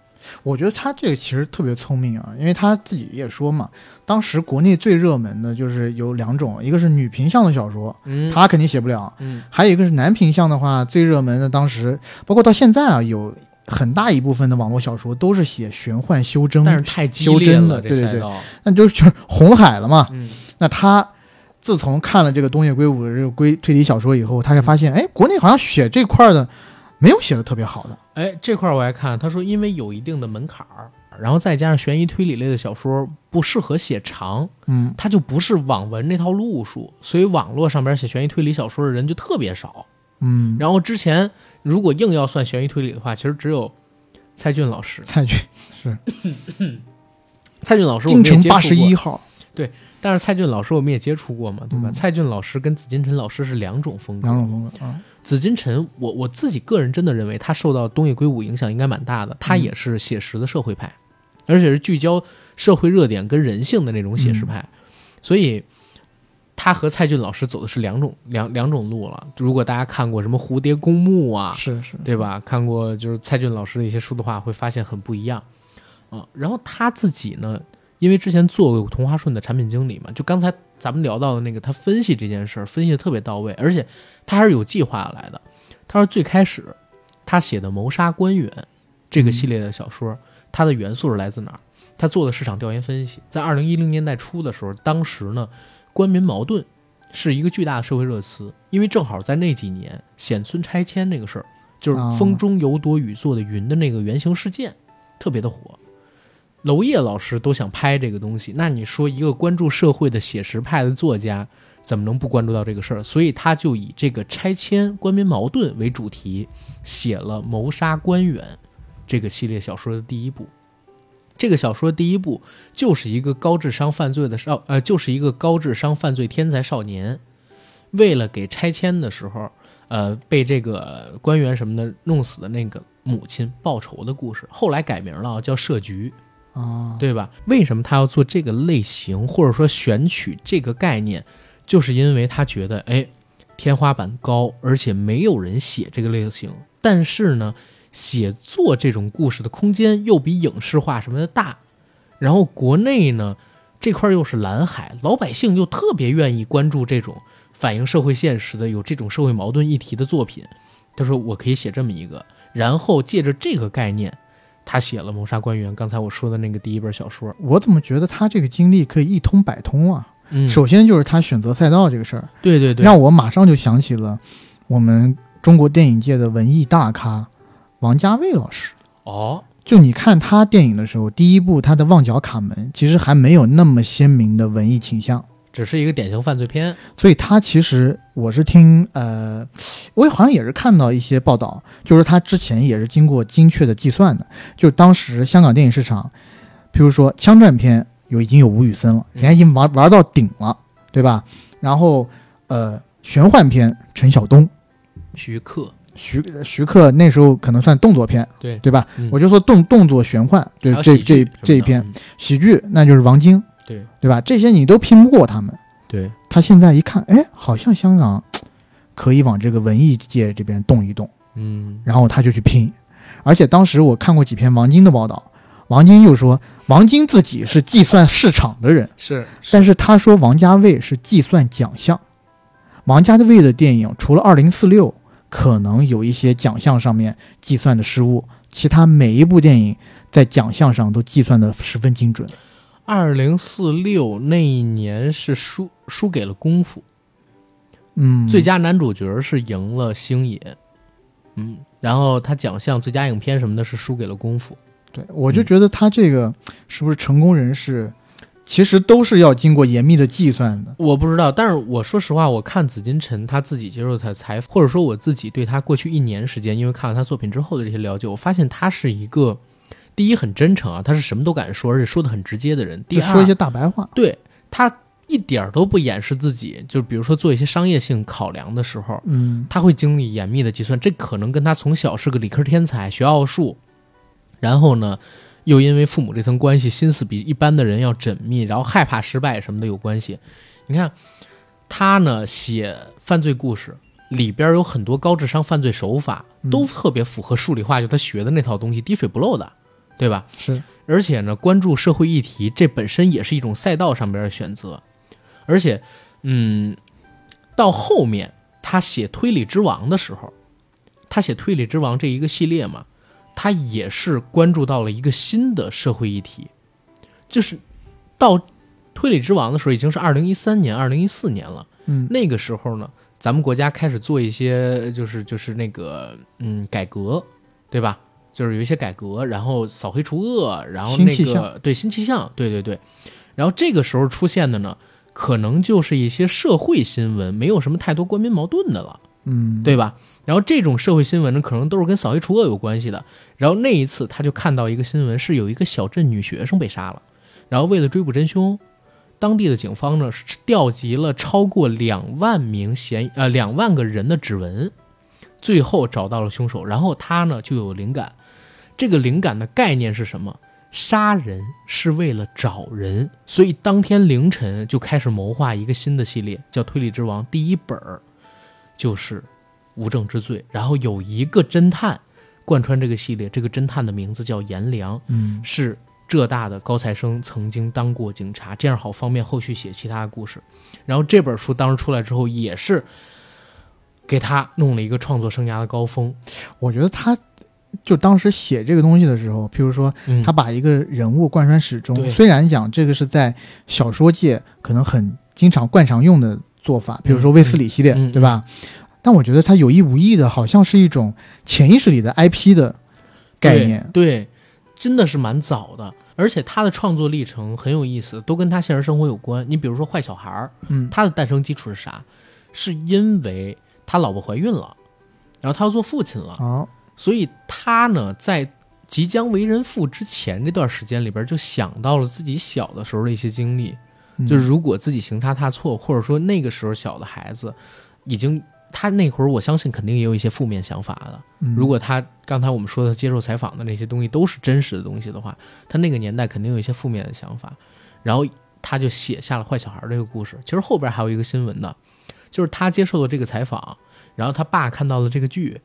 Speaker 3: 我觉得他这个其实特别聪明啊，因为他自己也说嘛，当时国内最热门的就是有两种，一个是女频向的小说，
Speaker 2: 嗯，
Speaker 3: 他肯定写不了；
Speaker 2: 嗯，
Speaker 3: 还有一个是男频向的话，最热门的当时包括到现在啊，有很大一部分的网络小说都是写玄幻修真，
Speaker 2: 但是太激
Speaker 3: 修
Speaker 2: 烈
Speaker 3: 真
Speaker 2: 了，
Speaker 3: 了对
Speaker 2: 这
Speaker 3: 对
Speaker 2: 赛
Speaker 3: 对
Speaker 2: 道。
Speaker 3: 那就是就是红海了嘛。
Speaker 2: 嗯，
Speaker 3: 那他自从看了这个东野圭吾的这个推推理小说以后，他就发
Speaker 2: 嗯
Speaker 3: 现，哎，国内好像写这块儿的没有写的特别好的。
Speaker 2: 哎，这块儿我还看，他说因为有一定的门槛儿，然后再加上悬疑推理类的小说不适合写长，
Speaker 3: 嗯，
Speaker 2: 它就不是网文那套路数，所以网络上边写悬疑推理小说的人就特别少。
Speaker 3: 嗯，
Speaker 2: 然后之前如果硬要算悬疑推理的话，其实只有蔡骏老师，
Speaker 3: 蔡骏是
Speaker 2: 蔡骏老师我
Speaker 3: 京
Speaker 2: 们也
Speaker 3: 城
Speaker 2: 接触
Speaker 3: 八十
Speaker 2: 过
Speaker 3: 一，号，
Speaker 2: 但是蔡骏老师我们也接触过嘛，对吧？
Speaker 3: 嗯
Speaker 2: 蔡骏老师跟紫金陈老师是两种风格，
Speaker 3: 两种风格啊。
Speaker 2: 紫金陈，我我自己个人真的认为，他受到东野圭吾影响应该蛮大的。他也是写实的社会派，而且是聚焦社会热点跟人性的那种写实派，所以他和蔡骏老师走的是两种两两种路了。如果大家看过什么《蝴蝶公墓》啊，
Speaker 3: 是是，
Speaker 2: 对吧？看过就是蔡骏老师的一些书的话，会发现很不一样啊、然后他自己呢，因为之前做过同花顺的产品经理嘛，就刚才咱们聊到的那个，他分析这件事儿分析的特别到位，而且他还是有计划来的。他说最开始他写的《谋杀官员》这个系列的小说，它的元素是来自哪儿？他做的市场调研分析，在二零一零年代初的时候，当时呢，官民矛盾是一个巨大的社会热词，因为正好在那几年显村拆迁那个事儿，就是
Speaker 3: 啊
Speaker 2: 风中有朵雨做的云的那个原型事件，特别的火。娄烨老师都想拍这个东西，那你说一个关注社会的写实派的作家，怎么能不关注到这个事儿？所以他就以这个拆迁、官民矛盾为主题，写了《谋杀官员》这个系列小说的第一部。这个小说第一部就是一个高智商犯罪的少，呃，就是一个高智商犯罪天才少年，为了给拆迁的时候，呃，被这个官员什么的弄死的那个母亲报仇的故事。后来改名了啊，叫《设局》。
Speaker 3: 啊，
Speaker 2: 对吧？为什么他要做这个类型，或者说选取这个概念，就是因为他觉得，哎，天花板高，而且没有人写这个类型。但是呢，写作这种故事的空间又比影视化什么的大，然后国内呢这块又是蓝海，老百姓又特别愿意关注这种反映社会现实的、有这种社会矛盾议题的作品。他说，我可以写这么一个，然后借着这个概念。他写了《谋杀官员》，刚才我说的那个第一本小说。
Speaker 3: 我怎么觉得他这个经历可以一通百通啊？
Speaker 2: 嗯
Speaker 3: 首先就是他选择赛道这个事儿，
Speaker 2: 对对对，
Speaker 3: 让我马上就想起了我们中国电影界的文艺大咖王家卫老师。
Speaker 2: 哦，
Speaker 3: 就你看他电影的时候，第一部他的《旺角卡门》其实还没有那么鲜明的文艺倾向，
Speaker 2: 只是一个典型犯罪片。
Speaker 3: 所以他其实我是听呃，我也好像也是看到一些报道，就是他之前也是经过精确的计算的，就是当时香港电影市场，譬如说枪战片有已经有吴宇森了，人家已经玩玩到顶了，对吧？然后呃，玄幻片陈晓东、
Speaker 2: 徐克，
Speaker 3: 徐徐克那时候可能算动作片，
Speaker 2: 对，
Speaker 3: 对吧？
Speaker 2: 嗯
Speaker 3: 我就说动动作玄幻，对
Speaker 2: 还有
Speaker 3: 这
Speaker 2: 喜剧
Speaker 3: 这这一篇
Speaker 2: 什么的，嗯
Speaker 3: 喜剧，那就是王晶，
Speaker 2: 对
Speaker 3: 对吧？这些你都拼不过他们。
Speaker 2: 对，
Speaker 3: 他现在一看，哎，好像香港可以往这个文艺界这边动一动，
Speaker 2: 嗯，
Speaker 3: 然后他就去拼。而且当时我看过几篇王晶的报道，王晶又说，王晶自己是计算市场的人，
Speaker 2: 是，
Speaker 3: 但是他说王家卫是计算奖项。王家卫的电影除了《二零四六》可能有一些奖项上面计算的失误，其他每一部电影在奖项上都计算的十分精准。
Speaker 2: 二零四六那一年是输输给了《功夫》，
Speaker 3: 嗯，
Speaker 2: 最佳男主角是赢了星爷，嗯，然后他奖项最佳影片什么的是输给了《功夫》，
Speaker 3: 对，我
Speaker 2: 嗯
Speaker 3: 就觉得他这个是不是成功人士，其实都是要经过严密的计算的。
Speaker 2: 我不知道，但是我说实话，我看紫金陈他自己接受他采访，或者说我自己对他过去一年时间，因为看了他作品之后的这些了解，我发现他是一个第一很真诚啊，他是什么都敢说，而且说的很直接的人。第
Speaker 3: 就
Speaker 2: 二，
Speaker 3: 说一些大白话，
Speaker 2: 对他一点儿都不掩饰自己，就比如说做一些商业性考量的时候，
Speaker 3: 嗯，
Speaker 2: 他会经历严密的计算，这可能跟他从小是个理科天才，学奥数，然后呢，又因为父母这层关系，心思比一般的人要缜密，然后害怕失败什么的有关系。你看，他呢写犯罪故事里边有很多高智商犯罪手法，都特别符合数理化，就他学的那套东西，滴水不漏的，对吧？
Speaker 3: 是
Speaker 2: 而且呢，关注社会议题，这本身也是一种赛道上边的选择。而且，嗯，到后面他写《推理之王》的时候，他写《推理之王》这一个系列嘛，他也是关注到了一个新的社会议题，就是到《推理之王》的时候，已经是二零一三年、二零一四年了。
Speaker 3: 嗯，
Speaker 2: 那个时候呢，咱们国家开始做一些，就是就是那个嗯改革，对吧？就是有一些改革，然后扫黑除恶，然后
Speaker 3: 新
Speaker 2: 那
Speaker 3: 气
Speaker 2: 个
Speaker 3: 象
Speaker 2: 对新气象，对对对。然后这个时候出现的呢，可能就是一些社会新闻，没有什么太多官民矛盾的了，
Speaker 3: 嗯，
Speaker 2: 对吧？然后这种社会新闻呢，可能都是跟扫黑除恶有关系的。然后那一次，他就看到一个新闻，是有一个小镇女学生被杀了，然后为了追捕真凶，当地的警方呢是调集了超过两万名嫌呃两万个人的指纹，最后找到了凶手。然后他呢就有灵感，这个灵感的概念是什么？杀人是为了找人，所以当天凌晨就开始谋划一个新的系列，叫《推理之王》。第一本儿就是无证之罪，然后有一个侦探贯穿这个系列，这个侦探的名字叫颜良，
Speaker 3: 嗯，
Speaker 2: 是浙大的高材生，曾经当过警察，这样好方便后续写其他的故事。然后这本书当时出来之后，也是给他弄了一个创作生涯的高峰。
Speaker 3: 我觉得他就当时写这个东西的时候，譬如说
Speaker 2: 嗯，
Speaker 3: 他把一个人物贯穿始终，
Speaker 2: 对
Speaker 3: 虽然讲这个是在小说界可能很经常惯常用的做法，比如说卫斯理系列，
Speaker 2: 嗯嗯
Speaker 3: 对吧？但我觉得他有意无意的，好像是一种潜意识里的 IP 的概念，
Speaker 2: 对，对，真的是蛮早的。而且他的创作历程很有意思，都跟他现实生活有关。你比如说《坏小孩》，儿
Speaker 3: 嗯》，
Speaker 2: 他的诞生基础是啥？是因为他老婆怀孕了，然后他要做父亲了，
Speaker 3: 好、
Speaker 2: 所以他呢，在即将为人父之前这段时间里边，就想到了自己小的时候的一些经历。
Speaker 3: 嗯
Speaker 2: 就是如果自己行差踏错，或者说那个时候小的孩子，已经他那会儿，我相信肯定也有一些负面想法的。
Speaker 3: 嗯
Speaker 2: 如果他刚才我们说的接受采访的那些东西都是真实的东西的话，他那个年代肯定有一些负面的想法，然后他就写下了坏小孩这个故事。其实后边还有一个新闻呢，就是他接受了这个采访，然后他爸看到了这个剧，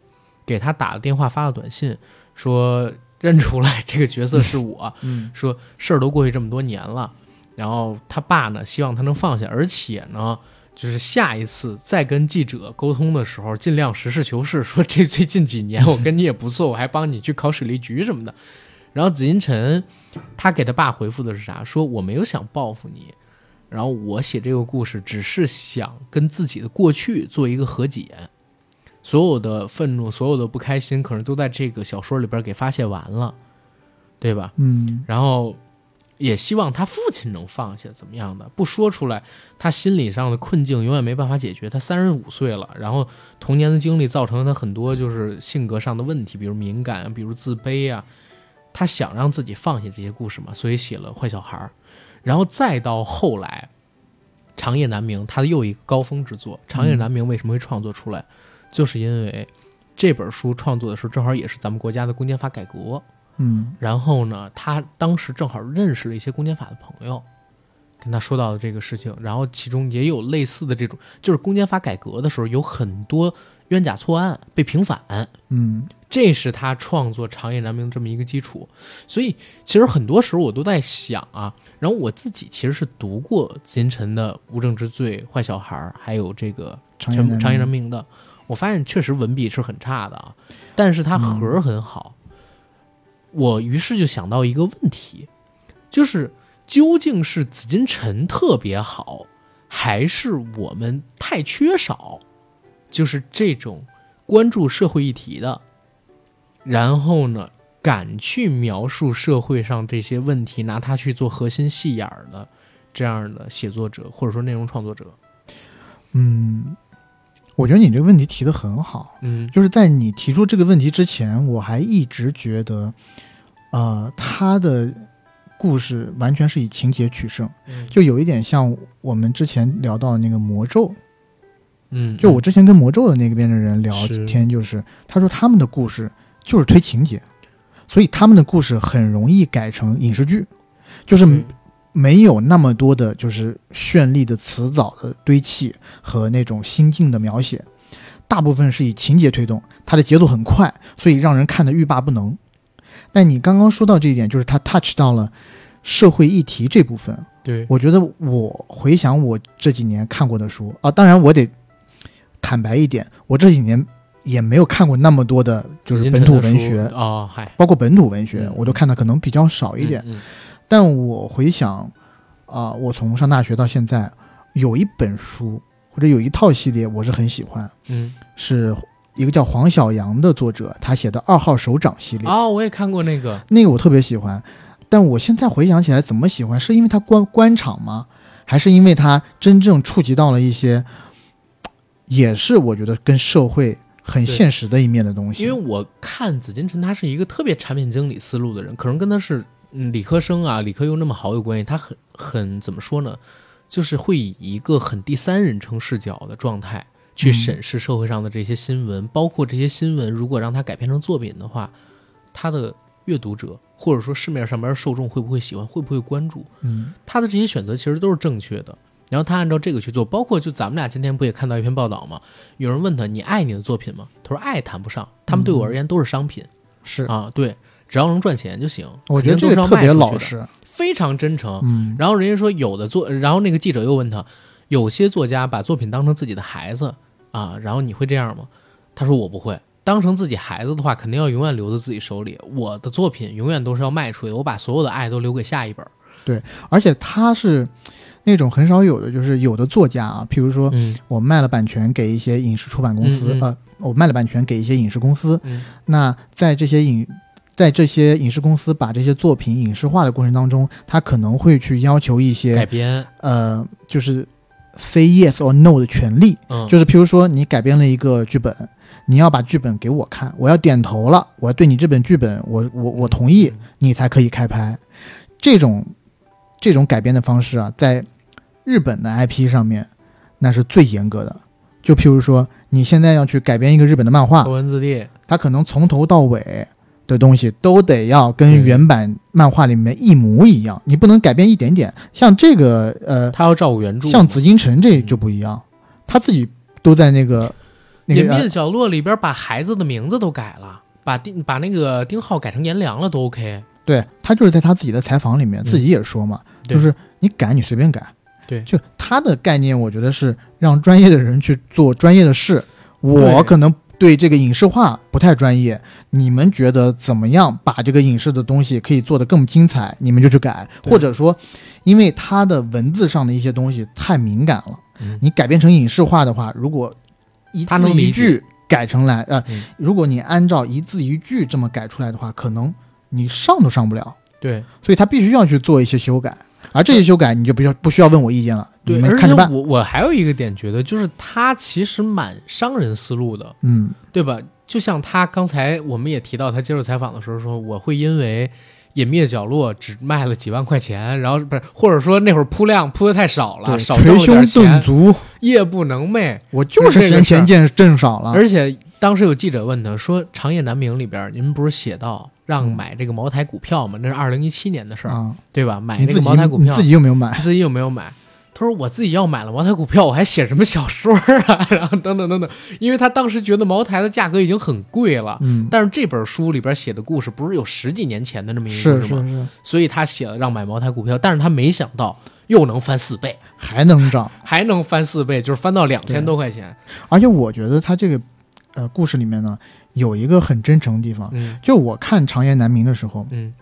Speaker 2: 给他打了电话发了短信，说认出来这个角色是我，
Speaker 3: 嗯
Speaker 2: 说事儿都过去这么多年了，然后他爸呢希望他能放下，而且呢。就是下一次再跟记者沟通的时候，尽量实事求是，说这最近几年我跟你也不错，我还帮你去考水利局什么的。然后紫金陈，他给他爸回复的是啥？说我没有想报复你，然后我写这个故事只是想跟自己的过去做一个和解，所有的愤怒，所有的不开心，可能都在这个小说里边给发泄完了，对吧？
Speaker 3: 嗯
Speaker 2: 然后也希望他父亲能放下，怎么样的？不说出来，他心理上的困境永远没办法解决。他三十五岁了，然后童年的经历造成了他很多就是性格上的问题，比如敏感啊，比如自卑啊。他想让自己放下这些故事嘛，所以写了《坏小孩》，儿》，然后再到后来，《长夜难明》他的又一个高峰之作。《长夜难明》为什么会创作出来？就是因为这本书创作的时候，正好也是咱们国家的公检法改革。
Speaker 3: 嗯
Speaker 2: 然后呢，他当时正好认识了一些公检法的朋友，跟他说到了这个事情，然后其中也有类似的这种，就是公检法改革的时候有很多冤假错案被平反，
Speaker 3: 嗯，
Speaker 2: 这是他创作《长夜难明》这么一个基础。所以其实很多时候我都在想啊，然后我自己其实是读过金晨的《无证之罪》《坏小孩》，还有这个《
Speaker 3: 长
Speaker 2: 全部
Speaker 3: 野
Speaker 2: 长野人
Speaker 3: 人嗯
Speaker 2: 命的，我发现确实文笔是很差的啊，但是它盒儿很好。我于是就想到一个问题，就是究竟是紫金陈特别好，还是我们太缺少，就是这种关注社会议题的，然后呢，敢去描述社会上这些问题，拿它去做核心戏眼儿的这样的写作者或者说内容创作者，
Speaker 3: 嗯，我觉得你这个问题提的很好，
Speaker 2: 嗯
Speaker 3: 就是在你提出这个问题之前，我还一直觉得，呃，他的故事完全是以情节取胜，
Speaker 2: 嗯
Speaker 3: 就有一点像我们之前聊到的那个魔咒，
Speaker 2: 嗯，
Speaker 3: 就我之前跟魔咒的那个边的人聊
Speaker 2: 是
Speaker 3: 天，就是他说他们的故事就是推情节，所以他们的故事很容易改成影视剧，就是
Speaker 2: 对
Speaker 3: 没有那么多的就是绚丽的词藻的堆砌和那种心境的描写，大部分是以情节推动，它的节奏很快，所以让人看得欲罢不能。但你刚刚说到这一点，就是它 touch 到了社会议题这部分，
Speaker 2: 对，
Speaker 3: 我觉得我回想我这几年看过的书啊，当然我得坦白一点，我这几年也没有看过那么多的，就是本土文学，
Speaker 2: 哦，嗨，
Speaker 3: 包括本土文学
Speaker 2: 嗯，
Speaker 3: 我都看的可能比较少一点。
Speaker 2: 嗯，
Speaker 3: 但我回想啊、我从上大学到现在，有一本书或者有一套系列，我是很喜欢，
Speaker 2: 嗯，
Speaker 3: 是一个叫黄晓阳的作者他写的《二号首长》系列
Speaker 2: 嗯，哦，我也看过那个，
Speaker 3: 那个我特别喜欢，但我现在回想起来，怎么喜欢？是因为它官官场吗？还是因为它真正触及到了一些，也是我觉得跟社会很
Speaker 2: 对
Speaker 3: 现实的一面的东西？
Speaker 2: 因为我看紫金陈，他是一个特别产品经理思路的人，可能跟他是嗯理科生啊，理科又那么好有关系，他很很怎么说呢，就是会以一个很第三人称视角的状态去
Speaker 3: 嗯
Speaker 2: 审视社会上的这些新闻，包括这些新闻如果让他改编成作品的话，他的阅读者或者说市面上边受众会不会喜欢，会不会关注？
Speaker 3: 嗯
Speaker 2: 他的这些选择其实都是正确的。然后他按照这个去做，包括就咱们俩今天不也看到一篇报道吗？有人问他：“你爱你的作品吗？”他说：“爱谈不上，他们对我而言都是商品、
Speaker 3: 嗯是，
Speaker 2: 啊，对，只要能赚钱就行。”
Speaker 3: 我觉得这个特别老，实。
Speaker 2: 非常真诚。
Speaker 3: 嗯，
Speaker 2: 然后人家说有的作，然后那个记者又问他，有些作家把作品当成自己的孩子啊，然后你会这样吗？他说我不会，当成自己孩子的话，肯定要永远留在自己手里。我的作品永远都是要卖出去的，我把所有的爱都留给下一本。
Speaker 3: 而且他是那种很少有的，就是有的作家啊，譬如说
Speaker 2: 嗯
Speaker 3: 我卖了版权给一些影视出版公司，
Speaker 2: 嗯嗯
Speaker 3: 呃，我卖了版权给一些影视公司，
Speaker 2: 嗯
Speaker 3: 那在这些影在这些影视公司把这些作品影视化的过程当中，他可能会去要求一
Speaker 2: 改
Speaker 3: 些
Speaker 2: 编，
Speaker 3: 呃，就是 say yes or no 的权利，
Speaker 2: 嗯，
Speaker 3: 就是譬如说你改编了一个剧本，你要把剧本给我看，我要点头了，我要对你这本剧本，我我我同意，
Speaker 2: 嗯
Speaker 3: 你才可以开拍。这种这种改编的方式啊，在日本的 IP 上面那是最严格的。就譬如说，你现在要去改编一个日本的漫画
Speaker 2: 头，文字 D，
Speaker 3: 它可能从头到尾的东西都得要跟原版漫画里面一模一样，你不能改变一点点。像这个呃，
Speaker 2: 他要照顾原著。嗯
Speaker 3: 像紫金陈这就不一样，他自己都在那个那
Speaker 2: 隐
Speaker 3: 个、
Speaker 2: 蔽
Speaker 3: 呃
Speaker 2: 的角落里边把孩子的名字都改了，把丁把那个丁浩改成颜良了都 OK。
Speaker 3: 对他就是在他自己的采访里面
Speaker 2: 嗯
Speaker 3: 自己也说嘛，
Speaker 2: 对
Speaker 3: 就是你改你随便改。
Speaker 2: 对
Speaker 3: 就他的概念，我觉得是让专业的人去做专业的事。我
Speaker 2: 对
Speaker 3: 可能对这个影视化不太专业，你们觉得怎么样把这个影视的东西可以做得更精彩，你们就去改，
Speaker 2: 对
Speaker 3: 或者说，因为他的文字上的一些东西太敏感了，
Speaker 2: 嗯
Speaker 3: 你改编成影视化的话，如果一
Speaker 2: 他
Speaker 3: 字
Speaker 2: 能理
Speaker 3: 一句改成来，呃，
Speaker 2: 嗯
Speaker 3: 如果你按照一字一句这么改出来的话，可能你上都上不了。
Speaker 2: 对
Speaker 3: 所以他必须要去做一些修改，而这些修改你就不需要不需要问我意见了，你
Speaker 2: 对，
Speaker 3: 们
Speaker 2: 而
Speaker 3: 看
Speaker 2: 且
Speaker 3: 着办。
Speaker 2: 我我还有一个点觉得，就是他其实蛮商人思路的，
Speaker 3: 嗯
Speaker 2: 对吧？就像他刚才我们也提到，他接受采访的时候说，我会因为。隐秘的角落只卖了几万块钱，然后不是，或者说那会儿铺量铺的太少了，
Speaker 3: 对，
Speaker 2: 少挣
Speaker 3: 捶
Speaker 2: 了点
Speaker 3: 胸顿
Speaker 2: 钱，
Speaker 3: 足，
Speaker 2: 夜不能寐。
Speaker 3: 我就
Speaker 2: 这
Speaker 3: 是
Speaker 2: 个
Speaker 3: 嫌
Speaker 2: 事儿
Speaker 3: 钱见挣少了。
Speaker 2: 而且当时有记者问他说：“《长夜难明》里边，您不是写到让买这个茅台股票吗？那是二零一七年的事儿，
Speaker 3: 啊，
Speaker 2: 对吧？买
Speaker 3: 你
Speaker 2: 那
Speaker 3: 自
Speaker 2: 个
Speaker 3: 己
Speaker 2: 茅台股
Speaker 3: 你
Speaker 2: 票，
Speaker 3: 自己有没有买？
Speaker 2: 自己有没有买？”他说：“我自己要买了茅台股票，我还写什么小说啊？ 然后等等等等，因为他当时觉得茅台的价格已经很贵了。”
Speaker 3: 嗯，
Speaker 2: 但是这本书里边写的故事不是有十几年前的这么一个
Speaker 3: 是
Speaker 2: 故事吗？
Speaker 3: 是，
Speaker 2: 所以他写了让买茅台股票，但是他没想到又能翻四倍，
Speaker 3: 还能涨。
Speaker 2: 还能翻四倍，就是翻到两千
Speaker 3: 对
Speaker 2: 多块钱。
Speaker 3: 而且我觉得他这个呃故事里面呢，有一个很真诚的地方。
Speaker 2: 嗯
Speaker 3: 就我看《长夜难明》的时候
Speaker 2: 嗯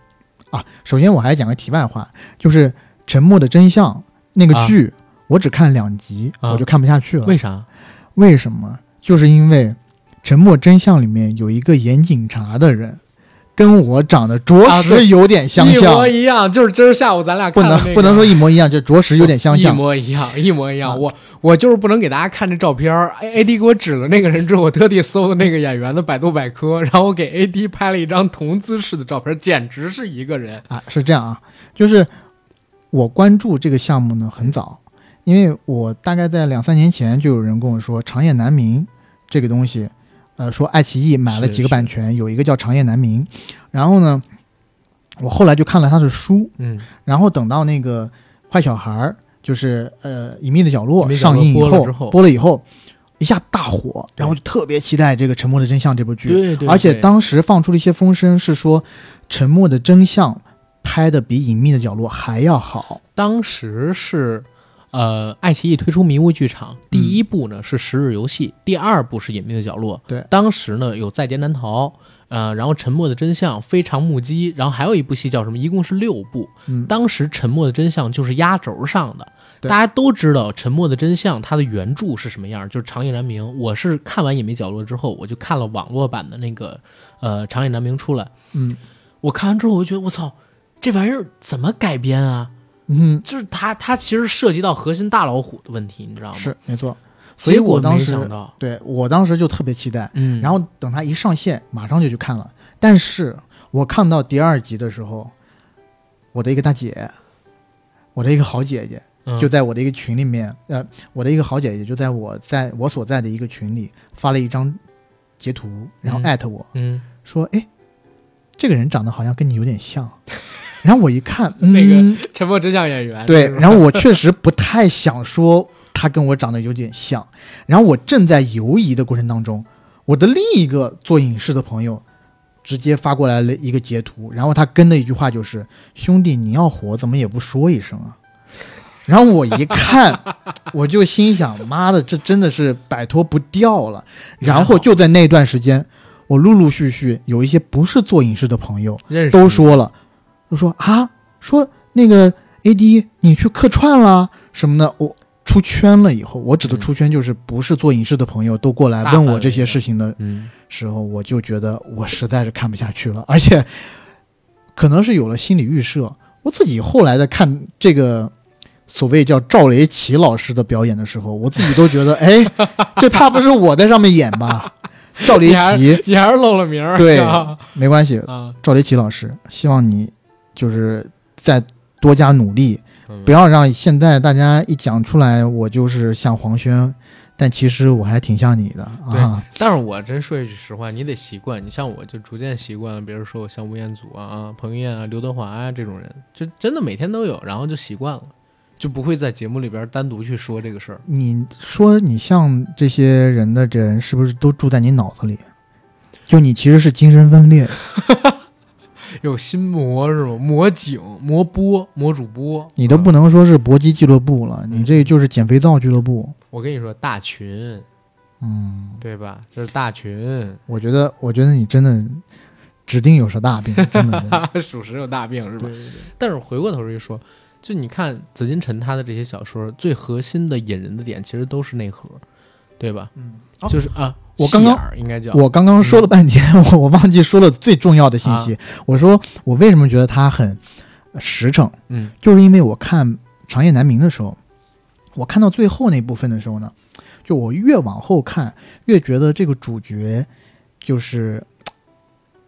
Speaker 3: 啊，首先我还讲个题外话，就是《沉默的真相》那个
Speaker 2: 啊
Speaker 3: 剧，我只看两集、
Speaker 2: 啊
Speaker 3: 我就看不下去了。
Speaker 2: 为啥？
Speaker 3: 为什么？就是因为《沉默真相》里面有一个演警察的人，跟我长得着
Speaker 2: 啊
Speaker 3: 实
Speaker 2: 对
Speaker 3: 有点相
Speaker 2: 一
Speaker 3: 像，
Speaker 2: 模一样，就是今儿下午咱俩
Speaker 3: 不
Speaker 2: 看的
Speaker 3: 能、
Speaker 2: 那个哦
Speaker 3: 不能说一模一样，就着实有点相
Speaker 2: 一
Speaker 3: 像。
Speaker 2: 模一样，一模一样。
Speaker 3: 啊
Speaker 2: 我我就是不能给大家看这照片儿。A A D 给我指了那个人之后，我特地搜的那个演员的百度百科，然后我给 A D 拍了一张同姿势的照片，简直是一个人。
Speaker 3: 啊，是这样啊，就是我关注这个项目呢很早，因为我大概在两三年前就有人跟我说《长夜难明》这个东西，呃，说爱奇艺买了
Speaker 2: 是
Speaker 3: 几个
Speaker 2: 是
Speaker 3: 版权，有一个叫《长夜难明》，然后呢，我后来就看了他的书，
Speaker 2: 嗯，
Speaker 3: 然后等到那个坏小孩儿，就是呃《隐秘的角落
Speaker 2: 隐》秘角
Speaker 3: 上
Speaker 2: 落
Speaker 3: 映以
Speaker 2: 播了
Speaker 3: 后
Speaker 2: 之后
Speaker 3: 播了以后，一下大火，然后就特别期待这个《沉默的真相》这部剧，
Speaker 2: 对对
Speaker 3: 而且当时放出了一些风声，是说《沉默的真相》拍的比《隐秘的角落》还要好。
Speaker 2: 当时是。呃，爱奇艺推出《迷雾剧场》，第
Speaker 3: 嗯
Speaker 2: 一部呢是《十日游戏》，第二部是《隐秘的角落》。
Speaker 3: 对
Speaker 2: 当时呢有《在劫难逃》，呃，然后《沉默的真相》、《非常目击》，然后还有一部戏叫什么？一共是六部。
Speaker 3: 嗯，
Speaker 2: 当时《沉默的真相》就是压轴上的，
Speaker 3: 对
Speaker 2: 大家都知道《沉默的真相》它的原著是什么样，就是《长夜难明》。我是看完《隐秘角落》之后，我就看了网络版的那个呃《长夜难明》出来，
Speaker 3: 嗯
Speaker 2: 我看完之后我就觉得我操，这玩意儿怎么改编啊？
Speaker 3: 嗯，
Speaker 2: 就是它它其实涉及到核心大老虎的问题，你知道吗？，
Speaker 3: 是没错。所以
Speaker 2: 结果
Speaker 3: 我当
Speaker 2: 没
Speaker 3: 时
Speaker 2: 想到，
Speaker 3: 对我当时就特别期待，
Speaker 2: 嗯，
Speaker 3: 然后等它一上线，马上就去看了。但是我看到第二集的时候，我的一个大姐，我的一个好姐姐，
Speaker 2: 嗯
Speaker 3: 就在我的一个群里面，呃，我的一个好姐姐就在我在我所在的一个群里发了一张截图，然后
Speaker 2: 嗯
Speaker 3: 艾特我，
Speaker 2: 嗯，
Speaker 3: 说：“哎，这个人长得好像跟你有点像。”然后我一看，嗯、
Speaker 2: 那个沉默真相演员
Speaker 3: 对，
Speaker 2: 是吧
Speaker 3: 然后我确实不太想说他跟我长得有点像。然后我正在犹疑的过程当中，我的另一个做影视的朋友直接发过来了一个截图，然后他跟的一句话就是：“兄弟，你要火怎么也不说一声啊？”然后我一看，我就心想：“妈的，这真的是摆脱不掉了。”然后就在那段时间，我陆陆续续有一些不是做影视的朋友
Speaker 2: 认识
Speaker 3: 都
Speaker 2: 你
Speaker 3: 说了，都说啊，说那个 AD 你去客串啦什么的，我出圈了以后，我指的
Speaker 2: 嗯
Speaker 3: 出圈就是不是做影视的朋友都过来
Speaker 2: 大
Speaker 3: 问
Speaker 2: 范
Speaker 3: 我
Speaker 2: 围
Speaker 3: 这些
Speaker 2: 的
Speaker 3: 事情的
Speaker 2: 嗯
Speaker 3: 时候，我就觉得我实在是看不下去了，而且可能是有了心理预设，我自己后来在看这个。所谓叫赵雷奇老师的表演的时候，我自己都觉得， 哎，这怕不是我在上面演吧？赵雷
Speaker 2: 你还
Speaker 3: 奇，
Speaker 2: 你还是露了名儿
Speaker 3: 对
Speaker 2: 啊
Speaker 3: 没关系，
Speaker 2: 啊，
Speaker 3: 赵雷奇老师，希望你就是再多加努力，
Speaker 2: 嗯
Speaker 3: 不要让现在大家一讲出来我就是像黄轩，但其实我还挺像你的啊。
Speaker 2: 但是我真说一句实话，你得习惯。你像我就逐渐习惯了，比如说我像吴彦祖啊、啊彭于晏啊、刘德华啊这种人，就真的每天都有，然后就习惯了，就不会在节目里边单独去说这个事儿。
Speaker 3: 你说你像这些人的人，是不是都住在你脑子里？就你其实是精神分裂，
Speaker 2: 有心魔是吗？魔警、魔播、魔主播，
Speaker 3: 你都
Speaker 2: 嗯
Speaker 3: 不能说是搏击俱乐部了，
Speaker 2: 嗯
Speaker 3: 你这就是减肥皂俱乐部。
Speaker 2: 我跟你说，大群
Speaker 3: 嗯，
Speaker 2: 对吧？这是大群，
Speaker 3: 我觉得，我觉得你真的指定有啥大病，真的。真的
Speaker 2: 属实有大病是吧？
Speaker 3: 对对对
Speaker 2: 但是回过头一说，就你看紫金陈他的这些小说，最核心的引人的点其实都是内核，对吧？
Speaker 3: 嗯，
Speaker 2: 就是啊，
Speaker 3: 我刚刚
Speaker 2: 戏眼儿应该叫
Speaker 3: 我刚刚说了半天， 我我忘记说了最重要的信息。我说我为什么觉得他很实诚，
Speaker 2: 嗯
Speaker 3: 就是因为我看《长夜难明》的时候，我看到最后那部分的时候呢，就我越往后看，越觉得这个主角就是嘖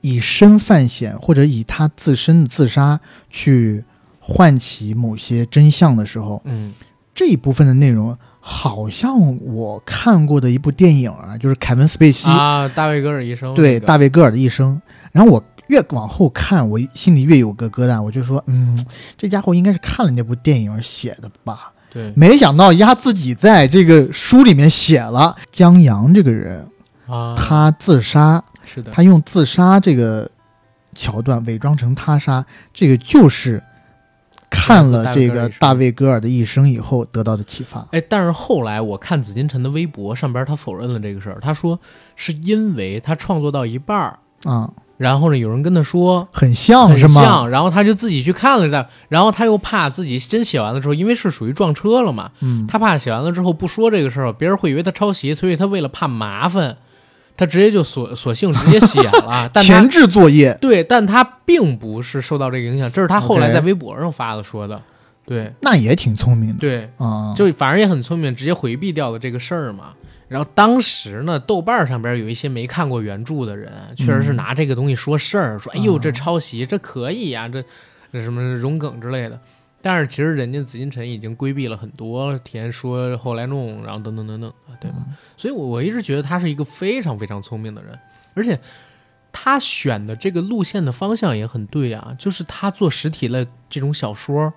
Speaker 3: 以身犯险，或者以他自身的自杀去唤起某些真相的时候，
Speaker 2: 嗯。
Speaker 3: 这一部分的内容。好像我看过的一部电影啊，就是凯文·斯贝西
Speaker 2: 啊，大卫戈尔医生
Speaker 3: 对
Speaker 2: 那个
Speaker 3: 大卫戈尔的一生。然后我越往后看，我心里越有个疙瘩，我就说，嗯，这家伙应该是看了那部电影而写的吧？
Speaker 2: 对
Speaker 3: 没想到丫自己在这个书里面写了江阳这个人，
Speaker 2: 啊，
Speaker 3: 他自杀，
Speaker 2: 是的，
Speaker 3: 他用自杀这个桥段伪装成他杀，这个就是。看了这
Speaker 2: 来
Speaker 3: 个
Speaker 2: 自
Speaker 3: 大
Speaker 2: 大卫戈尔的一生
Speaker 3: 卫戈尔的一生以后得到的启发。
Speaker 2: 哎，但是后来我看紫金陈的微博上边，他否认了这个事儿。他说是因为他创作到一半儿，
Speaker 3: 啊、
Speaker 2: 然后呢，有人跟他说
Speaker 3: 很像
Speaker 2: 很
Speaker 3: 哦是吗？
Speaker 2: 像，然后他就自己去看了一下，然后他又怕自己真写完了之后，因为是属于撞车了嘛，
Speaker 3: 嗯，
Speaker 2: 他怕写完了之后不说这个事儿，别人会以为他抄袭，所以他为了怕麻烦，他直接就索索性直接写 了。但他
Speaker 3: 前置作业，
Speaker 2: 对，但他并不是受到这个影响，这是他后来
Speaker 3: OK
Speaker 2: 在微博上发的说的。对
Speaker 3: 那也挺聪明的
Speaker 2: 对，
Speaker 3: 啊、
Speaker 2: 就反正也很聪明，直接回避掉了这个事儿嘛。然后当时呢，豆瓣上边有一些没看过原著的人，确实是拿这个东西说事儿，说哎呦这抄袭，这可以呀、这这什么融梗之类的。但是其实人家紫金陈已经规避了很多填说后来弄，然后等等等等，对吧？所以我我一直觉得他是一个非常非常聪明的人，而且他选的这个路线的方向也很对啊，就是他做实体类这种小说，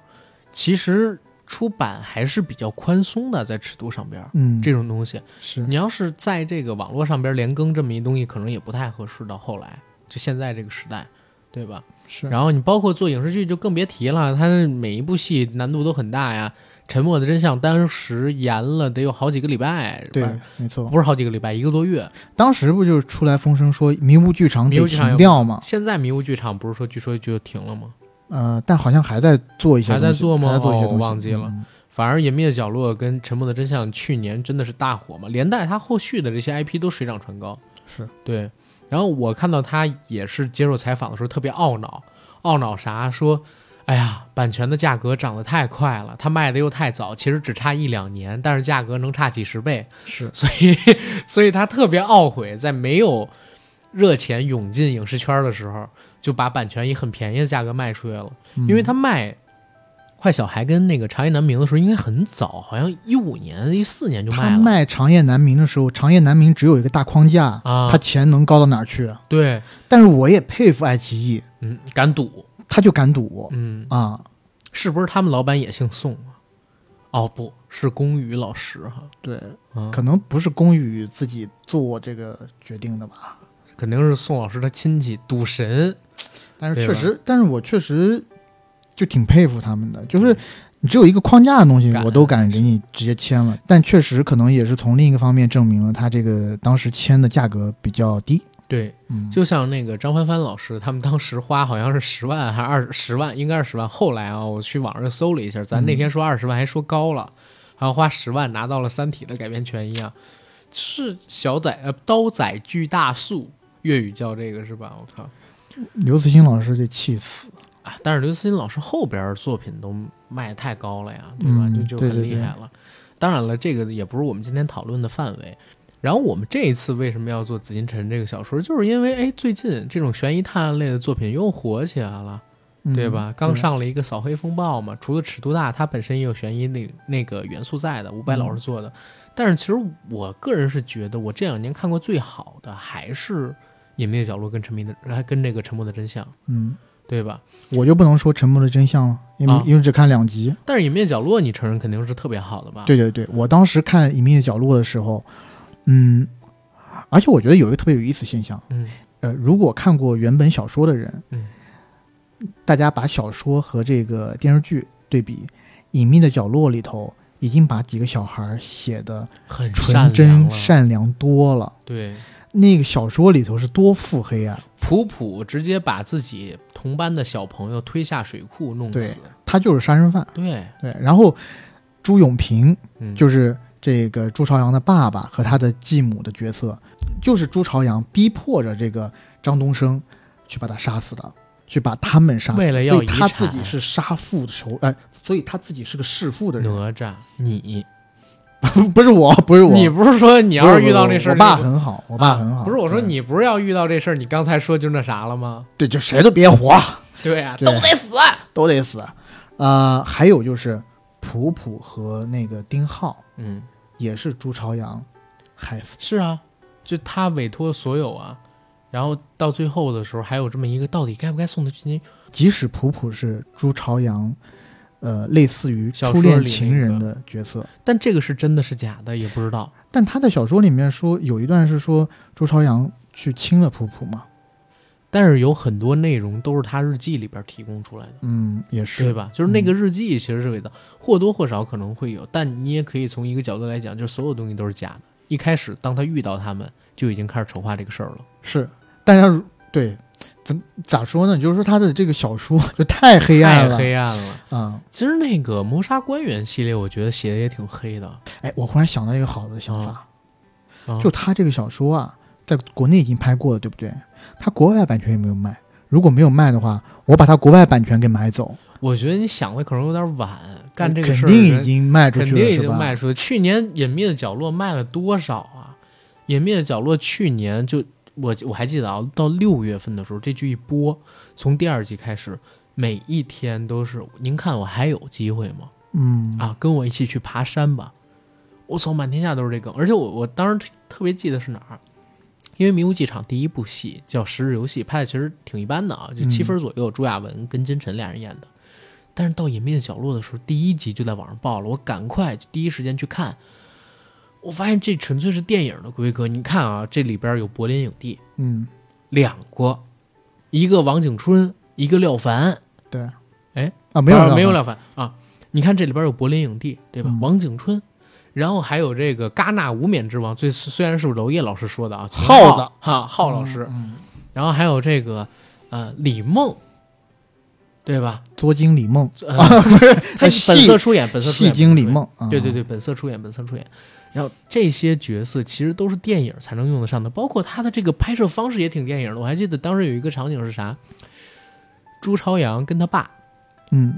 Speaker 2: 其实出版还是比较宽松的，在尺度上边儿
Speaker 3: 嗯，
Speaker 2: 这种东西，
Speaker 3: 是
Speaker 2: 你要是在这个网络上边连更这么一东西，可能也不太合适。到后来，就现在这个时代，对吧？
Speaker 3: 是，
Speaker 2: 然后你包括做影视剧就更别提了，它每一部戏难度都很大呀。《沉默的真相》当时延了得有好几个礼拜，
Speaker 3: 对
Speaker 2: 不是，
Speaker 3: 没错。
Speaker 2: 不是好几个礼拜，一个多月。
Speaker 3: 当时不就是出来风声说迷雾剧场
Speaker 2: 迷雾
Speaker 3: 得
Speaker 2: 剧场
Speaker 3: 停
Speaker 2: 有
Speaker 3: 掉吗？
Speaker 2: 现在迷雾剧场不是说据说就停了吗？
Speaker 3: 呃，但好像还在做一些东
Speaker 2: 还
Speaker 3: 西，
Speaker 2: 在做吗
Speaker 3: 还在做一些
Speaker 2: 哦
Speaker 3: 东西，
Speaker 2: 忘记了
Speaker 3: 嗯。
Speaker 2: 反而《隐秘的角落》跟《沉默的真相》去年真的是大火嘛，连带它后续的这些 IP 都水涨船高。
Speaker 3: 是
Speaker 2: 对，然后我看到他也是接受采访的时候特别懊恼，懊恼啥？说，哎呀，版权的价格涨得太快了，它卖的又太早，其实只差一两年，但是价格能差几十倍，
Speaker 3: 是，
Speaker 2: 所以，所以他特别懊悔，在没有热钱涌进影视圈的时候，就把版权以很便宜的价格卖出去了。因为他卖《嗯坏小孩》跟那个《长夜难明》的时候，应该很早，好像一五年、一四年就卖
Speaker 3: 他
Speaker 2: 了。
Speaker 3: 卖《长夜难明》的时候，《长夜难明》只有一个大框架，
Speaker 2: 啊
Speaker 3: 他钱能高到哪儿去？啊
Speaker 2: 对，
Speaker 3: 但是我也佩服爱奇艺，
Speaker 2: 嗯，敢赌，
Speaker 3: 他就敢赌
Speaker 2: 嗯，
Speaker 3: 啊，
Speaker 2: 是不是他们老板也姓宋啊？哦，不是龚宇老师哈，
Speaker 3: 对，
Speaker 2: 嗯，
Speaker 3: 可能不是龚宇自己做这个决定的吧，
Speaker 2: 肯定是宋老师他亲戚赌神，
Speaker 3: 但是
Speaker 2: 对
Speaker 3: 确
Speaker 2: 吧
Speaker 3: 实，但是我确实就挺佩服他们的，就是你只有一个框架的东西，
Speaker 2: 敢啊
Speaker 3: 我都敢给你直接签了，但确实可能也是从另一个方面证明了他这个当时签的价格比较低，
Speaker 2: 对，
Speaker 3: 嗯，
Speaker 2: 就像那个张帆帆老师，他们当时花好像是十万还是二十 万，应该是十万。后来啊，我去网上搜了一下，咱那天说二十万还说高了，好像花十万拿到了《三体》的改编权一样，是小仔呃刀仔锯大树，粤语叫这个是吧？我靠
Speaker 3: 刘慈欣老师得气死，
Speaker 2: 啊！但是刘慈欣老师后边作品都卖得太高了呀，对吧？
Speaker 3: 嗯
Speaker 2: 就就
Speaker 3: 对
Speaker 2: 很
Speaker 3: 对
Speaker 2: 厉
Speaker 3: 对
Speaker 2: 害了。当然了，这个也不是我们今天讨论的范围。然后我们这一次为什么要做《紫禁城》这个小说，就是因为哎，最近这种悬疑探案类的作品又火起来了，
Speaker 3: 嗯
Speaker 2: 对吧？刚上了一个《扫黑风暴》嘛，除了尺度大，它本身也有悬疑那那个元素在的，伍佰
Speaker 3: 嗯
Speaker 2: 老师做的。但是其实我个人是觉得，我这两年看过最好的还是《隐秘的角落》跟《沉迷的》，还跟这个《沉默的真相》，
Speaker 3: 嗯，
Speaker 2: 对吧？
Speaker 3: 我就不能说《沉默的真相》了，因为、
Speaker 2: 啊
Speaker 3: 因为只看两集。
Speaker 2: 但是《隐秘的角落》，你承认肯定是特别好的吧？
Speaker 3: 对对对，我当时看《隐秘的角落》的时候，嗯，而且我觉得有一个特别有意思现象，
Speaker 2: 嗯，
Speaker 3: 呃，如果看过原本小说的人，
Speaker 2: 嗯，
Speaker 3: 大家把小说和这个电视剧对比，《隐秘的角落》里头已经把几个小孩儿写的
Speaker 2: 很
Speaker 3: 纯
Speaker 2: 良
Speaker 3: 真
Speaker 2: 了
Speaker 3: 善良多了。
Speaker 2: 对。
Speaker 3: 那个小说里头是多腹黑啊！
Speaker 2: 普普直接把自己同班的小朋友推下水库弄死。
Speaker 3: 他就是杀人犯。
Speaker 2: 对，
Speaker 3: 对，然后朱永平
Speaker 2: 嗯，
Speaker 3: 就是这个朱朝阳的爸爸和他的继母的角色，就是朱朝阳逼迫着这个张东升去把他杀死的，去把他们杀死。
Speaker 2: 为了要
Speaker 3: 所以
Speaker 2: 遗
Speaker 3: 他
Speaker 2: 产，
Speaker 3: 自己是杀父仇，呃，所以他自己是个弑父的人，
Speaker 2: 哪吒，你
Speaker 3: 不是我，不是我，
Speaker 2: 你
Speaker 3: 不
Speaker 2: 不是说你
Speaker 3: 是
Speaker 2: 要
Speaker 3: 我
Speaker 2: 是遇到这事儿，
Speaker 3: 我爸
Speaker 2: 你啊
Speaker 3: 很好，我爸很好。
Speaker 2: 不是我说
Speaker 3: 对
Speaker 2: 你不是要遇到这事儿，你刚才说就那啥了吗？
Speaker 3: 对，就谁都别活，
Speaker 2: 对呀、
Speaker 3: 对
Speaker 2: 都得死。啊
Speaker 3: 都得死。呃，还有就是普普和那个丁浩
Speaker 2: 嗯，
Speaker 3: 也是朱朝阳害死的。
Speaker 2: 是啊，就他委托所有啊，然后到最后的时候还有这么一个到底该不该送他进监狱？
Speaker 3: 即使普普是朱朝阳，呃，类似于
Speaker 2: 小
Speaker 3: 初
Speaker 2: 说
Speaker 3: 恋
Speaker 2: 里
Speaker 3: 情
Speaker 2: 那
Speaker 3: 人
Speaker 2: 个
Speaker 3: 的角色，
Speaker 2: 但这个是真的是假的也不知道。
Speaker 3: 但他在小说里面说有一段是说朱朝阳去亲了普普嘛，
Speaker 2: 但是有很多内容都是他日记里边提供出来的，
Speaker 3: 嗯，也是
Speaker 2: 对吧？就是那个日记其实是伪造，或多或少可能会有，但你也可以从一个角度来讲，就是所有东西都是假的。一开始当他遇到他们，就已经开始筹划这个事儿了。
Speaker 3: 是，大家如对怎咋说呢？就是说他的这个小说就太黑暗了
Speaker 2: 哎太黑暗了。
Speaker 3: 啊、
Speaker 2: 其实那个谋杀官员系列，我觉得写的也挺黑的。
Speaker 3: 哎，我忽然想到一个好的想法，
Speaker 2: 啊
Speaker 3: 就他这个小说啊，在国内已经拍过了，对不对？他国外版权有没有卖？如果没有卖的话，我把他国外版权给买走，
Speaker 2: 我觉得你想的可能有点晚，干这个
Speaker 3: 肯
Speaker 2: 事儿
Speaker 3: 定
Speaker 2: 的人
Speaker 3: 已经卖出
Speaker 2: 肯
Speaker 3: 去
Speaker 2: 定
Speaker 3: 了，
Speaker 2: 已
Speaker 3: 是
Speaker 2: 经
Speaker 3: 吧？
Speaker 2: 卖出去。去年《隐秘的角落》卖了多少啊？《隐秘的角落》去年就我我还记得啊，到六月份的时候，这剧一播，从第二季开始，每一天都是您看我还有机会吗？
Speaker 3: 嗯
Speaker 2: 啊，跟我一起去爬山吧！我操，满天下都是这梗。而且我我当时特特别记得是哪儿，因为《迷雾剧场》第一部戏叫《十日游戏》，拍的其实挺一般的啊，就七
Speaker 3: 嗯
Speaker 2: 分左右，朱亚文跟金晨俩人演的。但是到《隐秘的角落》的时候，第一集就在网上爆了，我赶快第一时间去看。我发现这纯粹是电影的规格。你看啊，这里边有柏林影帝
Speaker 3: 嗯，
Speaker 2: 两个，一个王景春，一个廖凡。
Speaker 3: 对。
Speaker 2: 哎
Speaker 3: 啊，没有、
Speaker 2: 啊没有
Speaker 3: 了，
Speaker 2: 廖凡啊！你看这里边有柏林影帝，对吧？
Speaker 3: 嗯
Speaker 2: 王景春，然后还有这个戛纳无冕之王，最虽然是娄烨老师说的啊，
Speaker 3: 耗子
Speaker 2: 哈、浩老师，
Speaker 3: 嗯，嗯
Speaker 2: 然后还有这个呃李梦，对吧？
Speaker 3: 多金李梦，
Speaker 2: 呃， 他
Speaker 3: 啊他
Speaker 2: 本
Speaker 3: 戏
Speaker 2: 色出演，本色出
Speaker 3: 戏
Speaker 2: 演，
Speaker 3: 精
Speaker 2: 本色出
Speaker 3: 李
Speaker 2: 演
Speaker 3: 梦，啊
Speaker 2: 对对对，本色出演，本色出演。然后这些角色其实都是电影才能用得上的，包括他的这个拍摄方式也挺电影的。我还记得当时有一个场景是啥，朱朝阳跟他爸
Speaker 3: 嗯，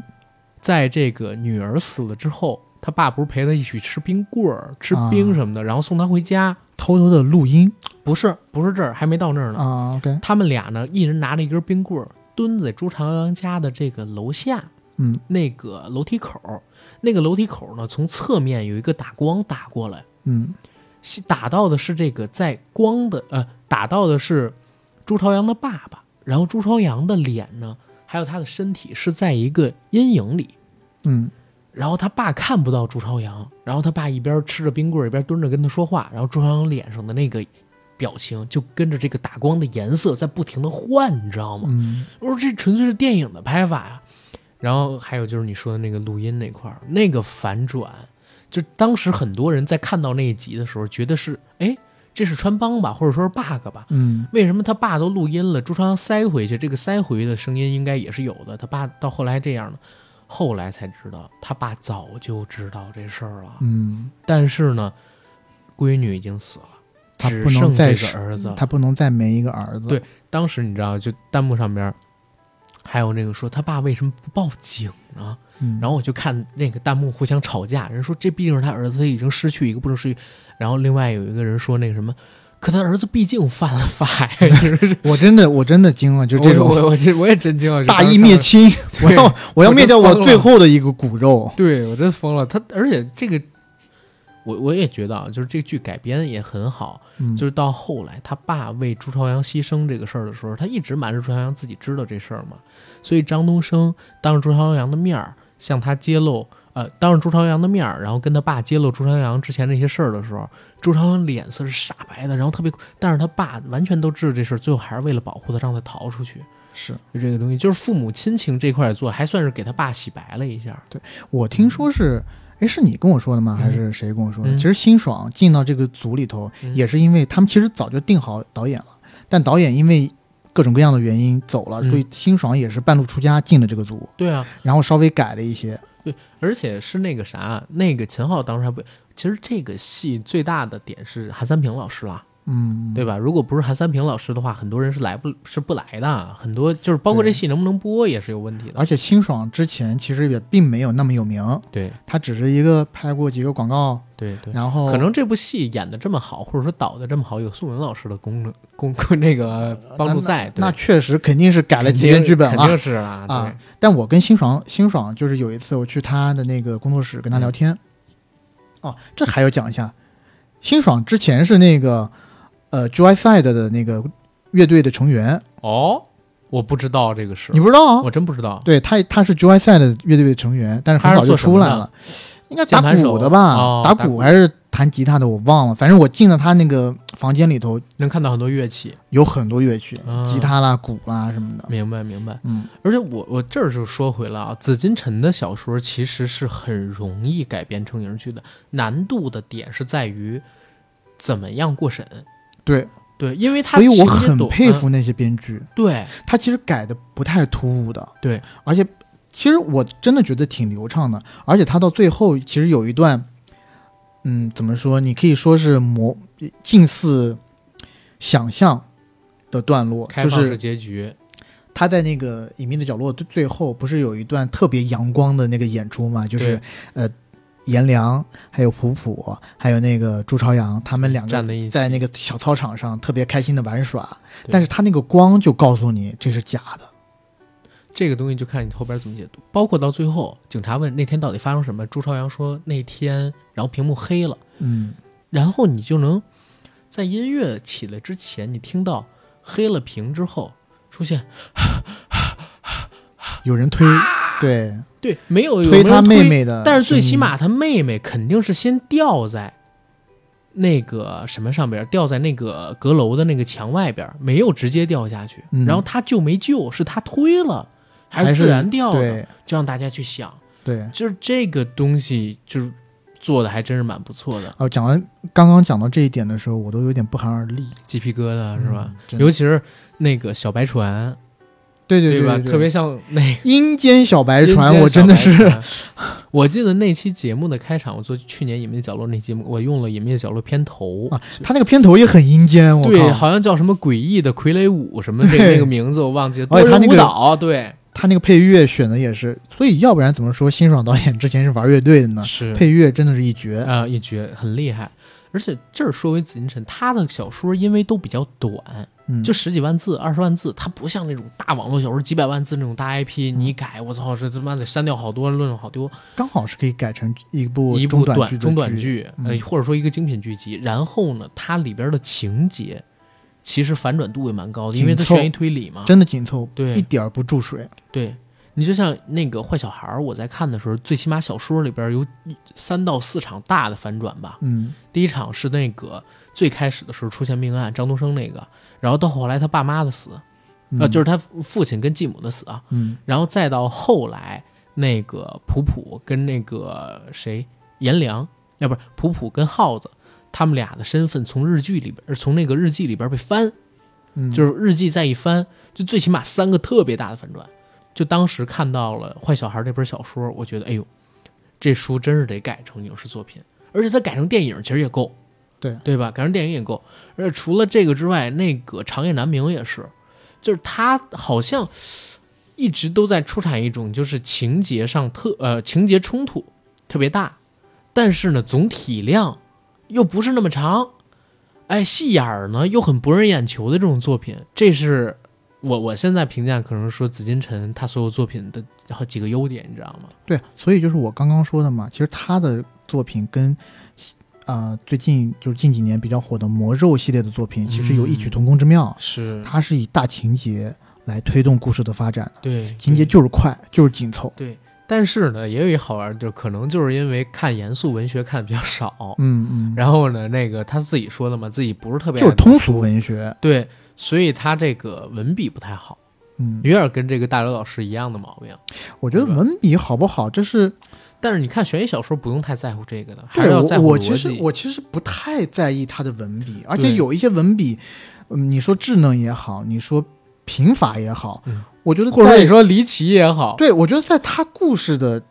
Speaker 2: 在这个女儿死了之后，他爸不是陪他一起吃冰棍儿、吃冰什么的，然后送他回家？
Speaker 3: 偷偷的录音
Speaker 2: 啊不是，不是这儿，还没到那儿呢。
Speaker 3: 啊，OK，
Speaker 2: 他们俩呢，一人拿着一根冰棍儿，蹲在朱朝阳家的这个楼下
Speaker 3: 嗯
Speaker 2: 那个楼梯口儿。那个楼梯口儿呢，从侧面有一个打光打过来，
Speaker 3: 嗯
Speaker 2: 是打到的是这个在光的呃，打到的是朱朝阳的爸爸，然后朱朝阳的脸呢，还有他的身体是在一个阴影里。
Speaker 3: 嗯
Speaker 2: 然后他爸看不到朱朝阳，然后他爸一边吃着冰棍儿一边蹲着跟他说话，然后朱朝阳脸上的那个表情就跟着这个打光的颜色在不停的换，你知道吗？
Speaker 3: 嗯，
Speaker 2: 我说这纯粹是电影的拍法呀、然后还有就是你说的那个录音那块儿，那个反转，就当时很多人在看到那一集的时候，觉得是哎这是穿帮吧，或者说是 bug 吧，
Speaker 3: 嗯
Speaker 2: 为什么他爸都录音了，朱朝阳塞回去？这个塞回的声音应该也是有的。他爸到后来这样呢，后来才知道，他爸早就知道这事儿了。
Speaker 3: 嗯，
Speaker 2: 但是呢，闺女已经死了，
Speaker 3: 他
Speaker 2: 只
Speaker 3: 不能
Speaker 2: 剩
Speaker 3: 再
Speaker 2: 这
Speaker 3: 是
Speaker 2: 个儿子了。
Speaker 3: 他不能再没一个儿子，
Speaker 2: 对当时你知道，就弹幕上边还有那个说他爸为什么不报警呢？
Speaker 3: 嗯，
Speaker 2: 然后我就看那个弹幕互相吵架，人说这毕竟是他儿子，他已经失去一个不能失去。然后另外有一个人说那个什么，可他儿子毕竟犯了法呀， 就是
Speaker 3: 我真的我真的惊了，就这
Speaker 2: 我
Speaker 3: 种
Speaker 2: 我我这我也震惊 了，就
Speaker 3: 大
Speaker 2: 当时
Speaker 3: 义
Speaker 2: 看
Speaker 3: 灭
Speaker 2: 到。
Speaker 3: 亲， 我
Speaker 2: 对
Speaker 3: 要我要
Speaker 2: 我
Speaker 3: 灭
Speaker 2: 真
Speaker 3: 掉我
Speaker 2: 疯了
Speaker 3: 最后的一个骨肉，
Speaker 2: 对我真疯了，他而且这个，我我也觉得啊，就是这个剧改编也很好，
Speaker 3: 嗯，
Speaker 2: 就是到后来他爸为朱朝阳牺牲这个事儿的时候，他一直瞒着朱朝阳自己知道这事儿嘛，所以张东升当着朱朝阳的面儿向他揭露，呃，当着朱朝阳的面儿，然后跟他爸揭露朱朝阳之前那些事儿的时候，朱朝阳脸色是煞白的，然后特别，但是他爸完全都知道这事儿，最后还是为了保护他，让他逃出去。
Speaker 3: 是
Speaker 2: 就这个东西，就是父母亲情这块做，还算是给他爸洗白了一下。
Speaker 3: 我听说是。哎，是你跟我说的吗？还是谁跟我说的？
Speaker 2: 嗯
Speaker 3: 其实辛爽进到这个组里头，
Speaker 2: 嗯
Speaker 3: 也是因为他们其实早就定好导演了，但导演因为各种各样的原因走了，
Speaker 2: 嗯
Speaker 3: 所以辛爽也是半路出家进了这个组，
Speaker 2: 对啊，
Speaker 3: 然后稍微改了一些。
Speaker 2: 而且是那个啥，那个秦昊当时还不，其实这个戏最大的点是韩三平老师啦，
Speaker 3: 嗯，
Speaker 2: 对吧？如果不是韩三平老师的话，很多人是来不是不来的，很多就是包括
Speaker 3: 对
Speaker 2: 这戏能不能播也是有问题的。
Speaker 3: 而且辛爽之前其实也并没有那么有名，
Speaker 2: 对
Speaker 3: 他只是一个拍过几个广告，
Speaker 2: 对对，
Speaker 3: 然后
Speaker 2: 可能这部戏演的这么好，或者说导的这么好，有宋文老师的功能功功呃那个帮助在，
Speaker 3: 那
Speaker 2: 对
Speaker 3: 确实肯定是改了
Speaker 2: 肯
Speaker 3: 几
Speaker 2: 定
Speaker 3: 遍剧本
Speaker 2: 肯
Speaker 3: 了
Speaker 2: 定。是啊，对
Speaker 3: 啊但我跟辛爽，辛爽就是有一次我去他的那个工作室跟他聊天，
Speaker 2: 嗯
Speaker 3: 哦，这还要讲一下，辛爽之前是那个呃 Joyside 的那个乐队的成员，
Speaker 2: 哦，我不知道这个事
Speaker 3: 你，不知道啊？
Speaker 2: 我真不知道。
Speaker 3: 对他，他是 Joyside 乐队的成员，但是
Speaker 2: 他
Speaker 3: 很
Speaker 2: 是
Speaker 3: 早就
Speaker 2: 做什
Speaker 3: 出
Speaker 2: 么
Speaker 3: 来
Speaker 2: 的
Speaker 3: 了。应该
Speaker 2: 键
Speaker 3: 打
Speaker 2: 盘手
Speaker 3: 鼓的吧？
Speaker 2: 哦
Speaker 3: 打
Speaker 2: 打鼓
Speaker 3: 鼓还是弹吉他的，我忘了。反正我进了他那个房间里头，
Speaker 2: 能看到很多乐器。
Speaker 3: 有很多乐器，
Speaker 2: 嗯
Speaker 3: 吉他啦、鼓啦什么的。
Speaker 2: 明白，明白。
Speaker 3: 嗯，
Speaker 2: 而且我我这儿就说回来啊，紫金陈的小说其实是很容易改编成影视剧的，难度的点是在于怎么样过审。
Speaker 3: 对，
Speaker 2: 对，因为他
Speaker 3: 所以我
Speaker 2: 情节
Speaker 3: 很
Speaker 2: 短
Speaker 3: 佩服那些编剧，
Speaker 2: 对，
Speaker 3: 他其实改的不太突兀的。
Speaker 2: 对，
Speaker 3: 而且其实我真的觉得挺流畅的，而且他到最后其实有一段，嗯，怎么说？你可以说是模近似想象的段落，
Speaker 2: 开
Speaker 3: 就
Speaker 2: 放
Speaker 3: 是
Speaker 2: 式结局。
Speaker 3: 他在那个隐秘的角落最最后不是有一段特别阳光的那个演出嘛？就是
Speaker 2: 对
Speaker 3: 呃，颜良还有普普，还有那个朱朝阳，他们两
Speaker 2: 站
Speaker 3: 个
Speaker 2: 在一起
Speaker 3: 嗯在那个小操场上特别开心的玩耍，
Speaker 2: 对
Speaker 3: 但是他那个光就告诉你这是假的。
Speaker 2: 这个东西就看你后边怎么解读，包括到最后，警察问那天到底发生什么，朱朝阳说那天，然后屏幕黑了，
Speaker 3: 嗯，
Speaker 2: 然后你就能在音乐起来之前，你听到黑了屏之后出现
Speaker 3: 有人推，对，
Speaker 2: 对，没啊有有没
Speaker 3: 推
Speaker 2: 有
Speaker 3: 他
Speaker 2: 人
Speaker 3: 妹妹呃的声音，
Speaker 2: 但是最起码他妹妹肯定是先吊在那个什么上边，吊在那个阁楼的那个墙外边，没有直接掉下去。
Speaker 3: 嗯
Speaker 2: 然后他救没救，是他推了还
Speaker 3: 还
Speaker 2: 是
Speaker 3: 是
Speaker 2: 自然掉的？
Speaker 3: 对
Speaker 2: 就让大家去想，
Speaker 3: 对。
Speaker 2: 就是这个东西就是做的还真是蛮不错的，
Speaker 3: 哦，讲完刚刚讲到这一点的时候，我都有点不寒而栗，
Speaker 2: 鸡皮疙瘩啊是吧
Speaker 3: 嗯？真的
Speaker 2: 尤其是那个小白船，
Speaker 3: 对对
Speaker 2: 吧？
Speaker 3: 对对
Speaker 2: 特别像那个。
Speaker 3: 阴间小白
Speaker 2: 阴
Speaker 3: 船，
Speaker 2: 间
Speaker 3: 我
Speaker 2: 小
Speaker 3: 真的
Speaker 2: 白
Speaker 3: 是
Speaker 2: 船。 我记得那期节目的开场，我做去年《隐秘的角落》那期节目，我用了《隐秘的角落》片头
Speaker 3: 啊，他那个片头也很阴间，我
Speaker 2: 对，
Speaker 3: 靠，
Speaker 2: 好像叫什么诡异的傀儡舞什么这
Speaker 3: 对
Speaker 2: 那个名字我忘记了，多
Speaker 3: 哦而且他
Speaker 2: 人
Speaker 3: 那个
Speaker 2: 舞蹈，对，
Speaker 3: 他那个配乐选的也是，所以要不然怎么说辛爽导演之前是玩乐队的呢？
Speaker 2: 是
Speaker 3: 嗯配乐真的是一绝。
Speaker 2: 啊、一绝很厉害。而且这儿说回紫禁城，他的小说因为都比较短，
Speaker 3: 嗯，
Speaker 2: 就十几万字、二十万字，它不像那种大网络小说几百万字那种大 IP，你
Speaker 3: 嗯
Speaker 2: 改我操，这他妈得删掉好多，论了好多，
Speaker 3: 刚好是可以改成一部
Speaker 2: 一
Speaker 3: 中
Speaker 2: 部
Speaker 3: 短剧的
Speaker 2: 中短
Speaker 3: 剧。
Speaker 2: 剧，
Speaker 3: 嗯
Speaker 2: 呃，或者说一个精品剧集。然后呢，它里边的情节其实反转度也蛮高的，因为它
Speaker 3: 紧凑
Speaker 2: 悬疑推理嘛，
Speaker 3: 真的紧凑，
Speaker 2: 啊对
Speaker 3: 一点儿不注水。
Speaker 2: 对你就像那个坏小孩儿，我在看的时候，最起码小说里边有一三到四场大的反转吧。
Speaker 3: 嗯，
Speaker 2: 第一场是那个最开始的时候出现命案，张东升那个，然后到后来他爸妈的死，
Speaker 3: 嗯
Speaker 2: 呃，就是他父亲跟继母的死啊，
Speaker 3: 嗯，
Speaker 2: 然后再到后来那个普普跟那个谁颜良，啊，不是普普跟耗子。他们俩的身份从日剧里边，呃从那个日记里边被翻，
Speaker 3: 嗯
Speaker 2: 就是日记再一翻，就最起码三个特别大的反转。就当时看到了《坏小孩》这本小说，我觉得，哎呦，这书真是得改成影视作品，而且它改成电影其实也够，
Speaker 3: 对
Speaker 2: 对吧？改成电影也够。而且除了这个之外，那个《长夜难明》也是，就是他好像一直都在出产一种就是情节上特呃情节冲突特别大，但是呢总体量又不是那么长，哎，戏眼儿呢又很博人眼球的这种作品，这是我我现在评价可能说紫金陈他所有作品的好几个优点，你知道吗？
Speaker 3: 对，所以就是我刚刚说的嘛，其实他的作品跟。啊、最近就是近几年比较火的魔咒系列的作品，其实
Speaker 2: 嗯
Speaker 3: 有异曲同工之妙。
Speaker 2: 是
Speaker 3: 它是以大情节来推动故事的发展的，
Speaker 2: 对
Speaker 3: 情节就是快，就是紧凑。
Speaker 2: 对。但是呢，也有一好玩儿，就可能就是因为看严肃文学看的比较少，
Speaker 3: 嗯嗯，
Speaker 2: 然后呢，那个他自己说的嘛，自己不是特别
Speaker 3: 就是
Speaker 2: 爱
Speaker 3: 通
Speaker 2: 读书
Speaker 3: 俗文学。
Speaker 2: 对，所以他这个文笔不太好，
Speaker 3: 嗯，
Speaker 2: 有点跟这个大刘老师一样的毛病。
Speaker 3: 我觉得
Speaker 2: 对吧
Speaker 3: 文笔好不好，这是
Speaker 2: 但是你看悬疑小说不用太在乎这个的，还
Speaker 3: 对
Speaker 2: 是要
Speaker 3: 我
Speaker 2: 在乎
Speaker 3: 我
Speaker 2: 逻
Speaker 3: 其实
Speaker 2: 辑。
Speaker 3: 我其实不太在意他的文笔，而且
Speaker 2: 对
Speaker 3: 有一些文笔，嗯，你说稚嫩也好，你说贫乏也好，
Speaker 2: 嗯
Speaker 3: 我觉得
Speaker 2: 或者
Speaker 3: 在
Speaker 2: 说你说离奇也好，
Speaker 3: 对，我觉得在他故事的。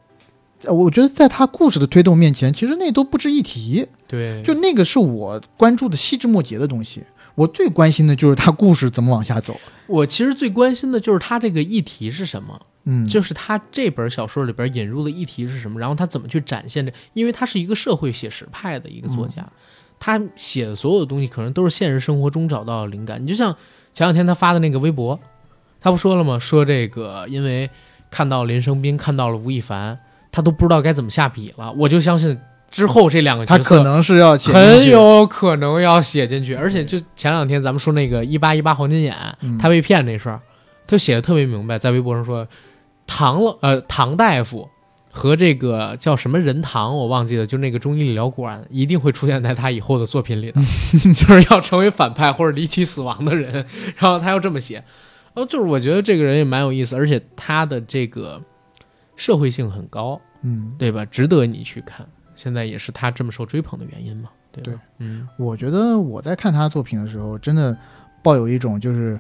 Speaker 3: 呃我觉得在他故事的推动面前，其实那都不值一提。
Speaker 2: 对，
Speaker 3: 就那个是我关注的细枝末节的东西，我最关心的就是他故事怎么往下走。
Speaker 2: 我其实最关心的就是他这个议题是什么，
Speaker 3: 嗯，
Speaker 2: 就是他这本小说里边引入的议题是什么，然后他怎么去展现这，因为他是一个社会写实派的一个作
Speaker 3: 嗯
Speaker 2: 家，他写的所有的东西可能都是现实生活中找到的灵感。你就像前两天他发的那个微博，他不说了吗？说这个因为看到林生斌，看到了吴亦凡，他都不知道该怎么下笔了。我就相信之后这两个角
Speaker 3: 他
Speaker 2: 色
Speaker 3: 可能是要写进
Speaker 2: 很
Speaker 3: 去
Speaker 2: 有可能要写进去，而且就前两天咱们说那个一八一八黄金眼，
Speaker 3: 嗯
Speaker 2: 他被骗这事儿，他写的特别明白，在微博上说，唐老呃唐大夫和这个叫什么仁堂，我忘记了，就那个中医理疗馆，啊一定会出现在他以后的作品 里的，就是要成为反派或者离奇死亡的人，然后他要这么写，哦，就是我觉得这个人也蛮有意思，而且他的这个社会性很高，
Speaker 3: 嗯，
Speaker 2: 对吧？值得你去看，现在也是他这么受追捧的原因嘛，对吧？
Speaker 3: 对
Speaker 2: 嗯，
Speaker 3: 我觉得我在看他作品的时候，真的抱有一种就是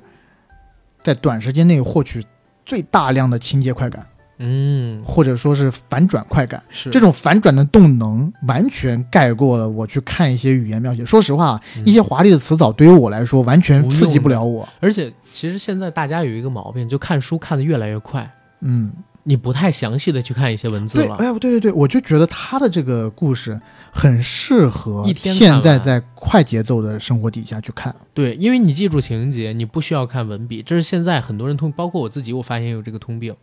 Speaker 3: 在短时间内获取最大量的情节快感，
Speaker 2: 嗯，
Speaker 3: 或者说是反转快感。
Speaker 2: 是
Speaker 3: 这种反转的动能完全盖过了我去看一些语言描写。说实话，啊
Speaker 2: 嗯
Speaker 3: 一些华丽的词藻对于我来说完全刺激不了我。
Speaker 2: 而且其实现在大家有一个毛病，就看书看得越来越快，
Speaker 3: 嗯，
Speaker 2: 你不太详细的去看一些文字
Speaker 3: 对，
Speaker 2: 了
Speaker 3: 哎。呀，对对对，我就觉得他的这个故事很适合
Speaker 2: 一天看
Speaker 3: 现
Speaker 2: 完
Speaker 3: 在在快节奏的生活底下去看。
Speaker 2: 对，因为你记住情节，你不需要看文笔，这是现在很多人通，包括我自己，我发现有这个通病，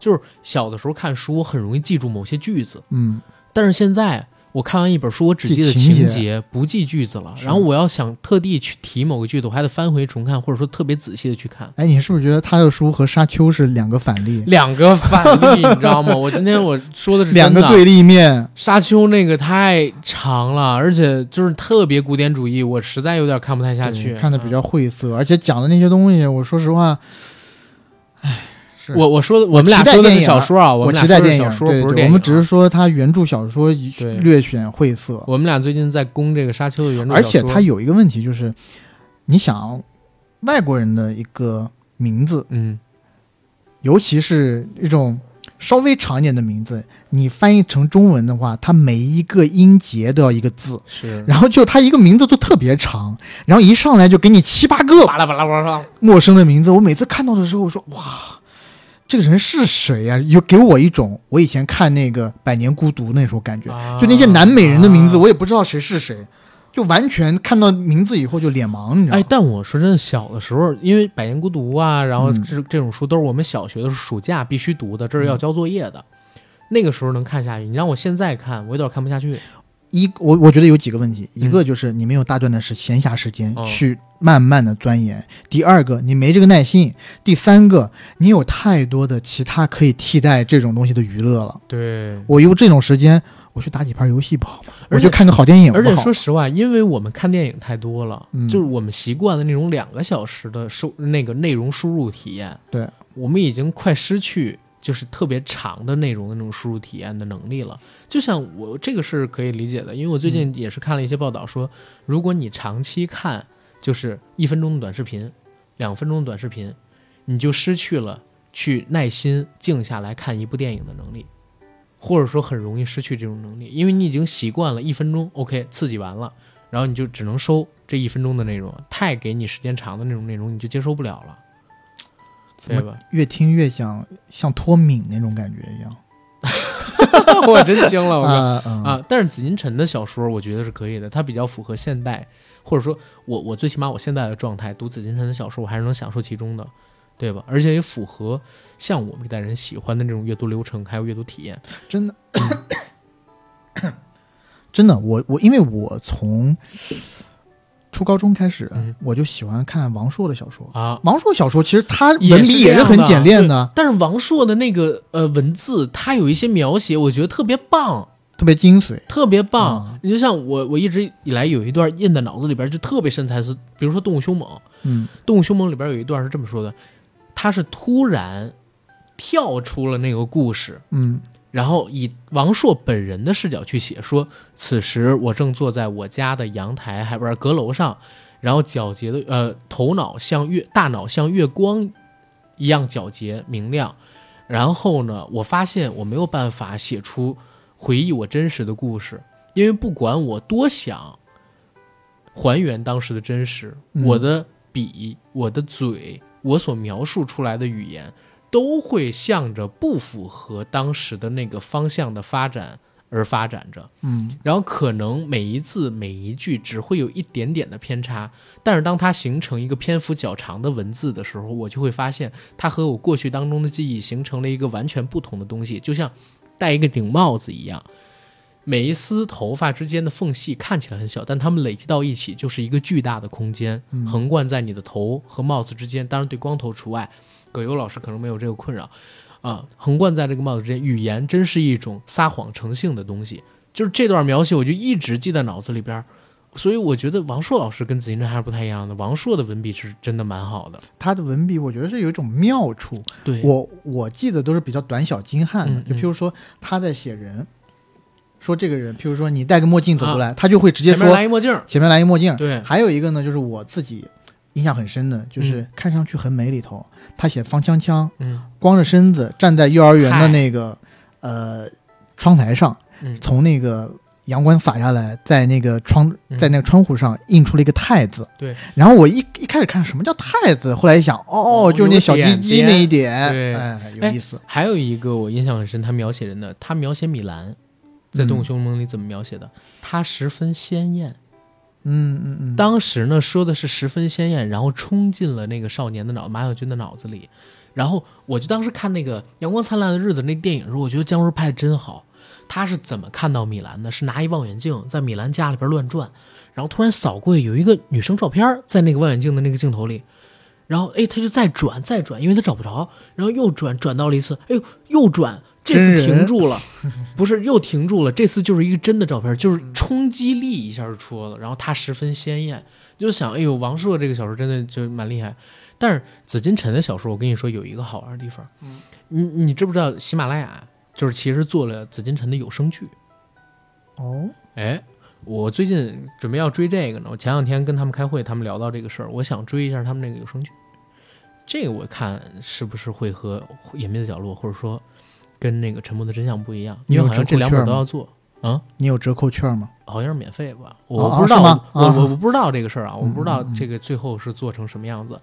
Speaker 2: 就是小的时候看书很容易记住某些句子，
Speaker 3: 嗯，
Speaker 2: 但是现在我看完一本书，我只
Speaker 3: 记
Speaker 2: 记得
Speaker 3: 情
Speaker 2: 情
Speaker 3: 节
Speaker 2: 节，不记句子了。
Speaker 3: 是
Speaker 2: 然后我要想特地去提某个句子，我还得翻回重看，或者说特别仔细的去看。
Speaker 3: 哎，你是不是觉得他的书和沙丘是两个反例，
Speaker 2: 两个反例，你知道 吗？我今天我说的是
Speaker 3: 两
Speaker 2: 真的啊
Speaker 3: 个对立面？
Speaker 2: 沙丘那个太长了，而且就是特别古典主义，我实在有点看不太下
Speaker 3: 对
Speaker 2: 去。
Speaker 3: 看的比
Speaker 2: 啊，
Speaker 3: 较晦涩，而且讲的那些东西，我说实话，哎，
Speaker 2: 我我说的我们俩
Speaker 3: 期待
Speaker 2: 说的是
Speaker 3: 电影
Speaker 2: 小说啊，我
Speaker 3: 我
Speaker 2: 们
Speaker 3: 期
Speaker 2: 俩
Speaker 3: 待
Speaker 2: 说的
Speaker 3: 电
Speaker 2: 是
Speaker 3: 影，
Speaker 2: 小说
Speaker 3: 对
Speaker 2: 不
Speaker 3: 对
Speaker 2: 是
Speaker 3: 对，
Speaker 2: 电
Speaker 3: 我
Speaker 2: 影啊。
Speaker 3: 们只是说他原著小说一
Speaker 2: 对
Speaker 3: 略显晦涩，
Speaker 2: 我们俩最近在攻这个沙丘的原著
Speaker 3: 而
Speaker 2: 小
Speaker 3: 且
Speaker 2: 说
Speaker 3: 他有一个问题就是，你想外国人的一个名字，
Speaker 2: 嗯，
Speaker 3: 尤其是一种稍微长一点的名字，你翻译成中文的话，它每一个音节都要一个字，
Speaker 2: 是
Speaker 3: 然后就它一个名字都特别长，然后一上来就给你七八个
Speaker 2: 巴拉巴拉巴拉，
Speaker 3: 陌生的名字。我每次看到的时候，我说哇，这个人是谁呀、有给我一种我以前看那个《百年孤独》那时候感觉，
Speaker 2: 啊
Speaker 3: 就那些南美人的名字，我也不知道谁是谁，就完全看到名字以后就脸盲，你知道
Speaker 2: 哎，
Speaker 3: 吗？
Speaker 2: 但我说真的，小的时候，因为《百年孤独》啊，然后
Speaker 3: 嗯
Speaker 2: 这、这种书都是我们小学的暑假必须读的，这是要交作业的。
Speaker 3: 嗯
Speaker 2: 那个时候能看下去，你让我现在看，我有点看不下去。
Speaker 3: 一我我觉得有几个问题，一个就是你没有大段的时闲暇时间
Speaker 2: 嗯哦
Speaker 3: 去慢慢的钻研，第二个你没这个耐心，第三个你有太多的其他可以替代这种东西的娱乐了。
Speaker 2: 对，
Speaker 3: 我用这种时间，我去打几盘游戏不好吗？
Speaker 2: 而
Speaker 3: 我
Speaker 2: 且
Speaker 3: 就看个好电影不
Speaker 2: 而且
Speaker 3: 好
Speaker 2: 说
Speaker 3: 吗
Speaker 2: 实话，因为我们看电影太多了，
Speaker 3: 嗯
Speaker 2: 就是我们习惯的那种两个小时的收那个内容输入体验，
Speaker 3: 对
Speaker 2: 我们已经快失去就是特别长的内容的那种输入体验的能力了。就像我这个是可以理解的，因为我最近也是看了一些报道说，如果你长期看就是一分钟的短视频、两分钟的短视频，你就失去了去耐心静下来看一部电影的能力。或者说很容易失去这种能力，因为你已经习惯了一分钟，OK，刺激完了，然后你就只能收这一分钟的内容，太给你时间长的那种内容你就接受不了了，
Speaker 3: 怎
Speaker 2: 对
Speaker 3: 么
Speaker 2: 吧？
Speaker 3: 越听越像像脱敏那种感觉一样。
Speaker 2: 我真惊了，我说。
Speaker 3: 啊嗯
Speaker 2: 啊，但是紫金陈的小说我觉得是可以的，它比较符合现代，或者说我我最起码我现在的状态读紫金陈的小说，我还是能享受其中的，对吧？而且也符合像我们这代人喜欢的那种阅读流程，还有阅读体验。
Speaker 3: 真的， 真的，我我因为我从初高中开始，
Speaker 2: 嗯
Speaker 3: 我就喜欢看王朔的小说。
Speaker 2: 啊，
Speaker 3: 王朔小说其实他
Speaker 2: 也
Speaker 3: 文笔也是很简练的，
Speaker 2: 但是王朔的那个呃文字，他有一些描写，我觉得特别棒，
Speaker 3: 特别精髓。
Speaker 2: 特别棒。
Speaker 3: 嗯
Speaker 2: 你就像我，我一直以来有一段印在脑子里边，就特别深才是，比如说《动物凶猛》，《
Speaker 3: 嗯，
Speaker 2: 动物凶猛》里边有一段是这么说的，他是突然跳出了那个故事，
Speaker 3: 嗯，
Speaker 2: 然后以王朔本人的视角去写，说此时我正坐在我家的阳台，还不是阁楼上，然后皎洁的呃头脑像月大脑像月光一样皎洁明亮，然后呢，我发现我没有办法写出回忆我真实的故事，因为不管我多想还原当时的真实，
Speaker 3: 嗯
Speaker 2: 我的笔、我的嘴、我所描述出来的语言，都会向着不符合当时的那个方向的发展而发展着。
Speaker 3: 嗯，
Speaker 2: 然后可能每一字每一句只会有一点点的偏差，但是当它形成一个篇幅较长的文字的时候，我就会发现它和我过去当中的记忆形成了一个完全不同的东西，就像戴一个顶帽子一样，每一丝头发之间的缝隙看起来很小，但它们累积到一起就是一个巨大的空间，横贯在你的头和帽子之间，当然对光头除外。葛优老师可能没有这个困扰。啊，横贯在这个帽子之间。语言真是一种撒谎成性的东西，就是这段描写我就一直记在脑子里边儿。所以我觉得王朔老师跟紫金针还是不太一样的，王朔的文笔是真的蛮好的。
Speaker 3: 他的文笔我觉得是有一种妙处。
Speaker 2: 对，
Speaker 3: 我我记得都是比较短小精悍的，
Speaker 2: 嗯
Speaker 3: 就
Speaker 2: 嗯
Speaker 3: 譬如说他在写人，说这个人，譬如说你戴个墨镜走过来，他就会直接
Speaker 2: 啊前面
Speaker 3: 说
Speaker 2: 来一墨镜儿，
Speaker 3: 前面来一墨镜。
Speaker 2: 对
Speaker 3: 还有一个呢，就是我自己印象很深的，就是
Speaker 2: 嗯
Speaker 3: 看上去很美里头，他写方锵锵
Speaker 2: 嗯
Speaker 3: 光着身子站在幼儿园的那个呃窗台上，
Speaker 2: 嗯，
Speaker 3: 从那个阳光洒下来，在那个窗
Speaker 2: 嗯
Speaker 3: 在那个窗户上印出了一个太字。
Speaker 2: 对。
Speaker 3: 然后我一一开始看什么叫太字，后来一想，哦，
Speaker 2: 哦
Speaker 3: 就是那小鸡鸡那一
Speaker 2: 有
Speaker 3: 点，
Speaker 2: 点
Speaker 3: 哎，有
Speaker 2: 哎
Speaker 3: 意思。
Speaker 2: 还有一个我印象很深，他描写人的，他描写米兰，在《动物凶猛》里怎么描写的？他十分鲜艳，
Speaker 3: 嗯嗯嗯。
Speaker 2: 当时呢说的是十分鲜艳，然后冲进了那个少年的脑马小军的脑子里。然后我就当时看那个《阳光灿烂的日子》那个电影的时候，我觉得姜文拍的真好。他是怎么看到米兰的？是拿一望远镜在米兰家里边乱转，然后突然扫过去有一个女生照片在那个望远镜的那个镜头里，然后哎他就再转再转，因为他找不着，然后又转转到了一次，哎呦又转，这
Speaker 3: 真
Speaker 2: 次
Speaker 3: 人
Speaker 2: 停住了，不是又停住了，这次就是一个真的照片，就是冲击力一下就出来了，然后他十分鲜艳，就想哎呦王朔这个小说真的就蛮厉害，但是紫金陈的小说我跟你说有一个好玩的地方，
Speaker 3: 嗯，
Speaker 2: 你你知不知道喜马拉雅啊就是其实做了紫金陈的有声剧，
Speaker 3: 哦，
Speaker 2: 哎，我最近准备要追这个呢。我前两天跟他们开会，他们聊到这个事儿，我想追一下他们那个有声剧。这个我看是不是会和《隐秘的角落》或者说跟那个《沉默的真相》不一样？
Speaker 3: 你
Speaker 2: 因
Speaker 3: 有
Speaker 2: 为好像这两本都要做，
Speaker 3: 你有折扣券吗？
Speaker 2: 好像是免费吧？
Speaker 3: 哦
Speaker 2: 我
Speaker 3: 哦
Speaker 2: 不知道，
Speaker 3: 是吗
Speaker 2: 我
Speaker 3: 啊
Speaker 2: 我我不知道这个事儿啊，我不知道
Speaker 3: 嗯嗯嗯
Speaker 2: 这个最后是做成什么样子。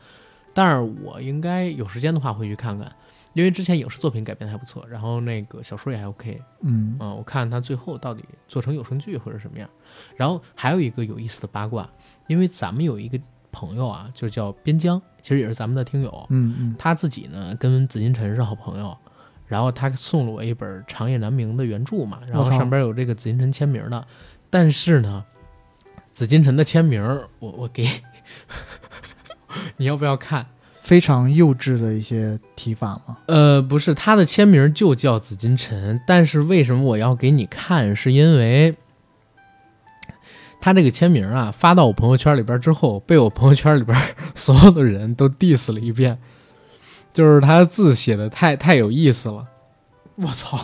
Speaker 2: 但是我应该有时间的话会去看看，因为之前影视作品改编的还不错，然后那个小说也还 OK，
Speaker 3: 嗯，
Speaker 2: 嗯，我看他最后到底做成有声剧会是什么样。然后还有一个有意思的八卦，因为咱们有一个朋友啊，就叫边疆，其实也是咱们的听友，
Speaker 3: 嗯嗯，
Speaker 2: 他自己呢跟紫金陈是好朋友，然后他送了我一本《长夜难明》的原著嘛，然后
Speaker 3: 我操
Speaker 2: 上边有这个紫金陈签名的，但是呢，紫金陈的签名儿我我给， 你要不要看？
Speaker 3: 非常幼稚的一些提法嘛。
Speaker 2: 呃，不是，他的签名就叫紫金陈，但是为什么我要给你看？是因为他这个签名啊，发到我朋友圈里边之后，被我朋友圈里边所有的人都 diss 了一遍，就是他字写的太太有意思了，我操，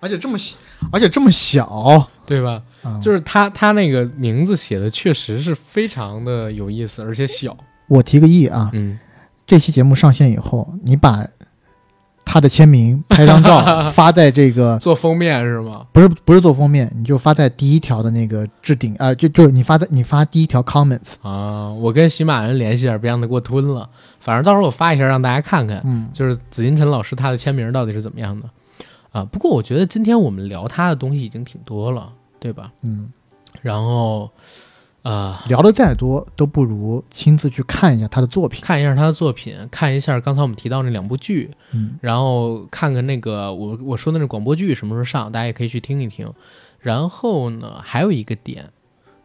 Speaker 3: 而且这么小，而且这么小，
Speaker 2: 对吧？
Speaker 3: 嗯、
Speaker 2: 就是他他那个名字写的确实是非常的有意思，而且小，
Speaker 3: 我提个议啊，
Speaker 2: 嗯，
Speaker 3: 这期节目上线以后，你把他的签名拍 张照发在这个。
Speaker 2: 做封面是吗？
Speaker 3: 不是不是做封面，你就发在第一条的那个置顶啊、就就是你发在你发第一条 comments，
Speaker 2: 啊，我跟喜马人联系一下，别让他给我吞了，反正到时候我发一下让大家看看。
Speaker 3: 嗯，
Speaker 2: 就是紫金陈老师他的签名到底是怎么样的啊？不过我觉得今天我们聊他的东西已经挺多了，对吧？
Speaker 3: 嗯，
Speaker 2: 然后，呃，
Speaker 3: 聊的再多都不如亲自去看一下他的作品。
Speaker 2: 看一下他的作品，看一下刚才我们提到那两部剧，
Speaker 3: 嗯，
Speaker 2: 然后看看那个我我说的那广播剧什么时候上，大家也可以去听一听。然后呢，还有一个点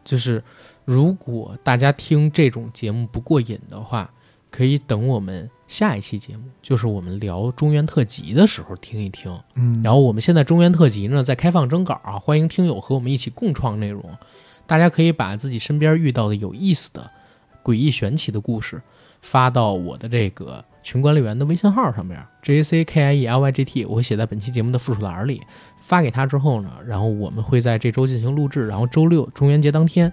Speaker 2: 就是，如果大家听这种节目不过瘾的话，可以等我们下一期节目，就是我们聊中原特辑的时候听一听。
Speaker 3: 嗯，
Speaker 2: 然后我们现在中原特辑呢在开放征稿啊，欢迎听友和我们一起共创内容。大家可以把自己身边遇到的有意思的、诡异玄奇的故事发到我的这个群管理员的微信号上面，J A C K I E L Y G T，我会写在本期节目的附属栏里。发给他之后呢，然后我们会在这周进行录制，然后周六中元节当天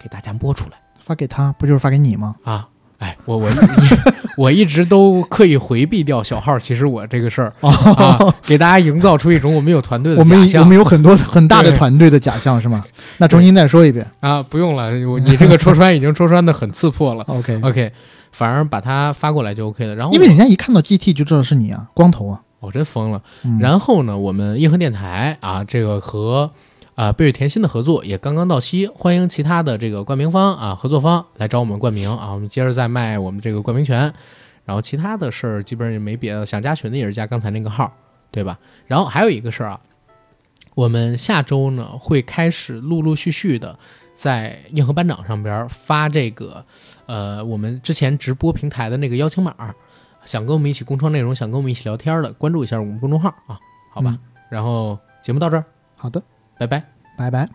Speaker 2: 给大家播出来
Speaker 3: 发给他不就是发给你吗？
Speaker 2: 啊。哎， 我我我一直都刻意回避掉小号，其实我这个事儿、啊，给大家营造出一种我们有团队的
Speaker 3: 哦我
Speaker 2: 假
Speaker 3: 们
Speaker 2: 象。
Speaker 3: 我们有很多很大的
Speaker 2: 对
Speaker 3: 团队的假象是吗？那重新再说一遍。。
Speaker 2: 啊，不用了，我你这个戳穿已经戳穿的很刺破了
Speaker 3: OK，
Speaker 2: OK，反而把它发过来就 OK 了。然后
Speaker 3: 因为
Speaker 2: 我
Speaker 3: 人家一看到 GT 就知道是你啊，光头啊。
Speaker 2: 我哦真疯了。
Speaker 3: 嗯、
Speaker 2: 然后呢，我们硬核电台啊，这个和啊贝瑞甜心的合作也刚刚到期，欢迎其他的这个冠名方啊合作方来找我们冠名啊，我们接着再卖我们这个冠名权。然后其他的事儿基本上也没别的，想加群的也是加刚才那个号，对吧？然后还有一个事儿啊，我们下周呢会开始陆陆续续的在硬核班长上边儿发这个，呃，我们之前直播平台的那个邀请码儿，想跟我们一起共创内容，想跟我们一起聊天的，关注一下我们公众号啊，好吧。然后节目到这儿，
Speaker 3: 嗯好的，
Speaker 2: 拜拜。
Speaker 3: 拜拜。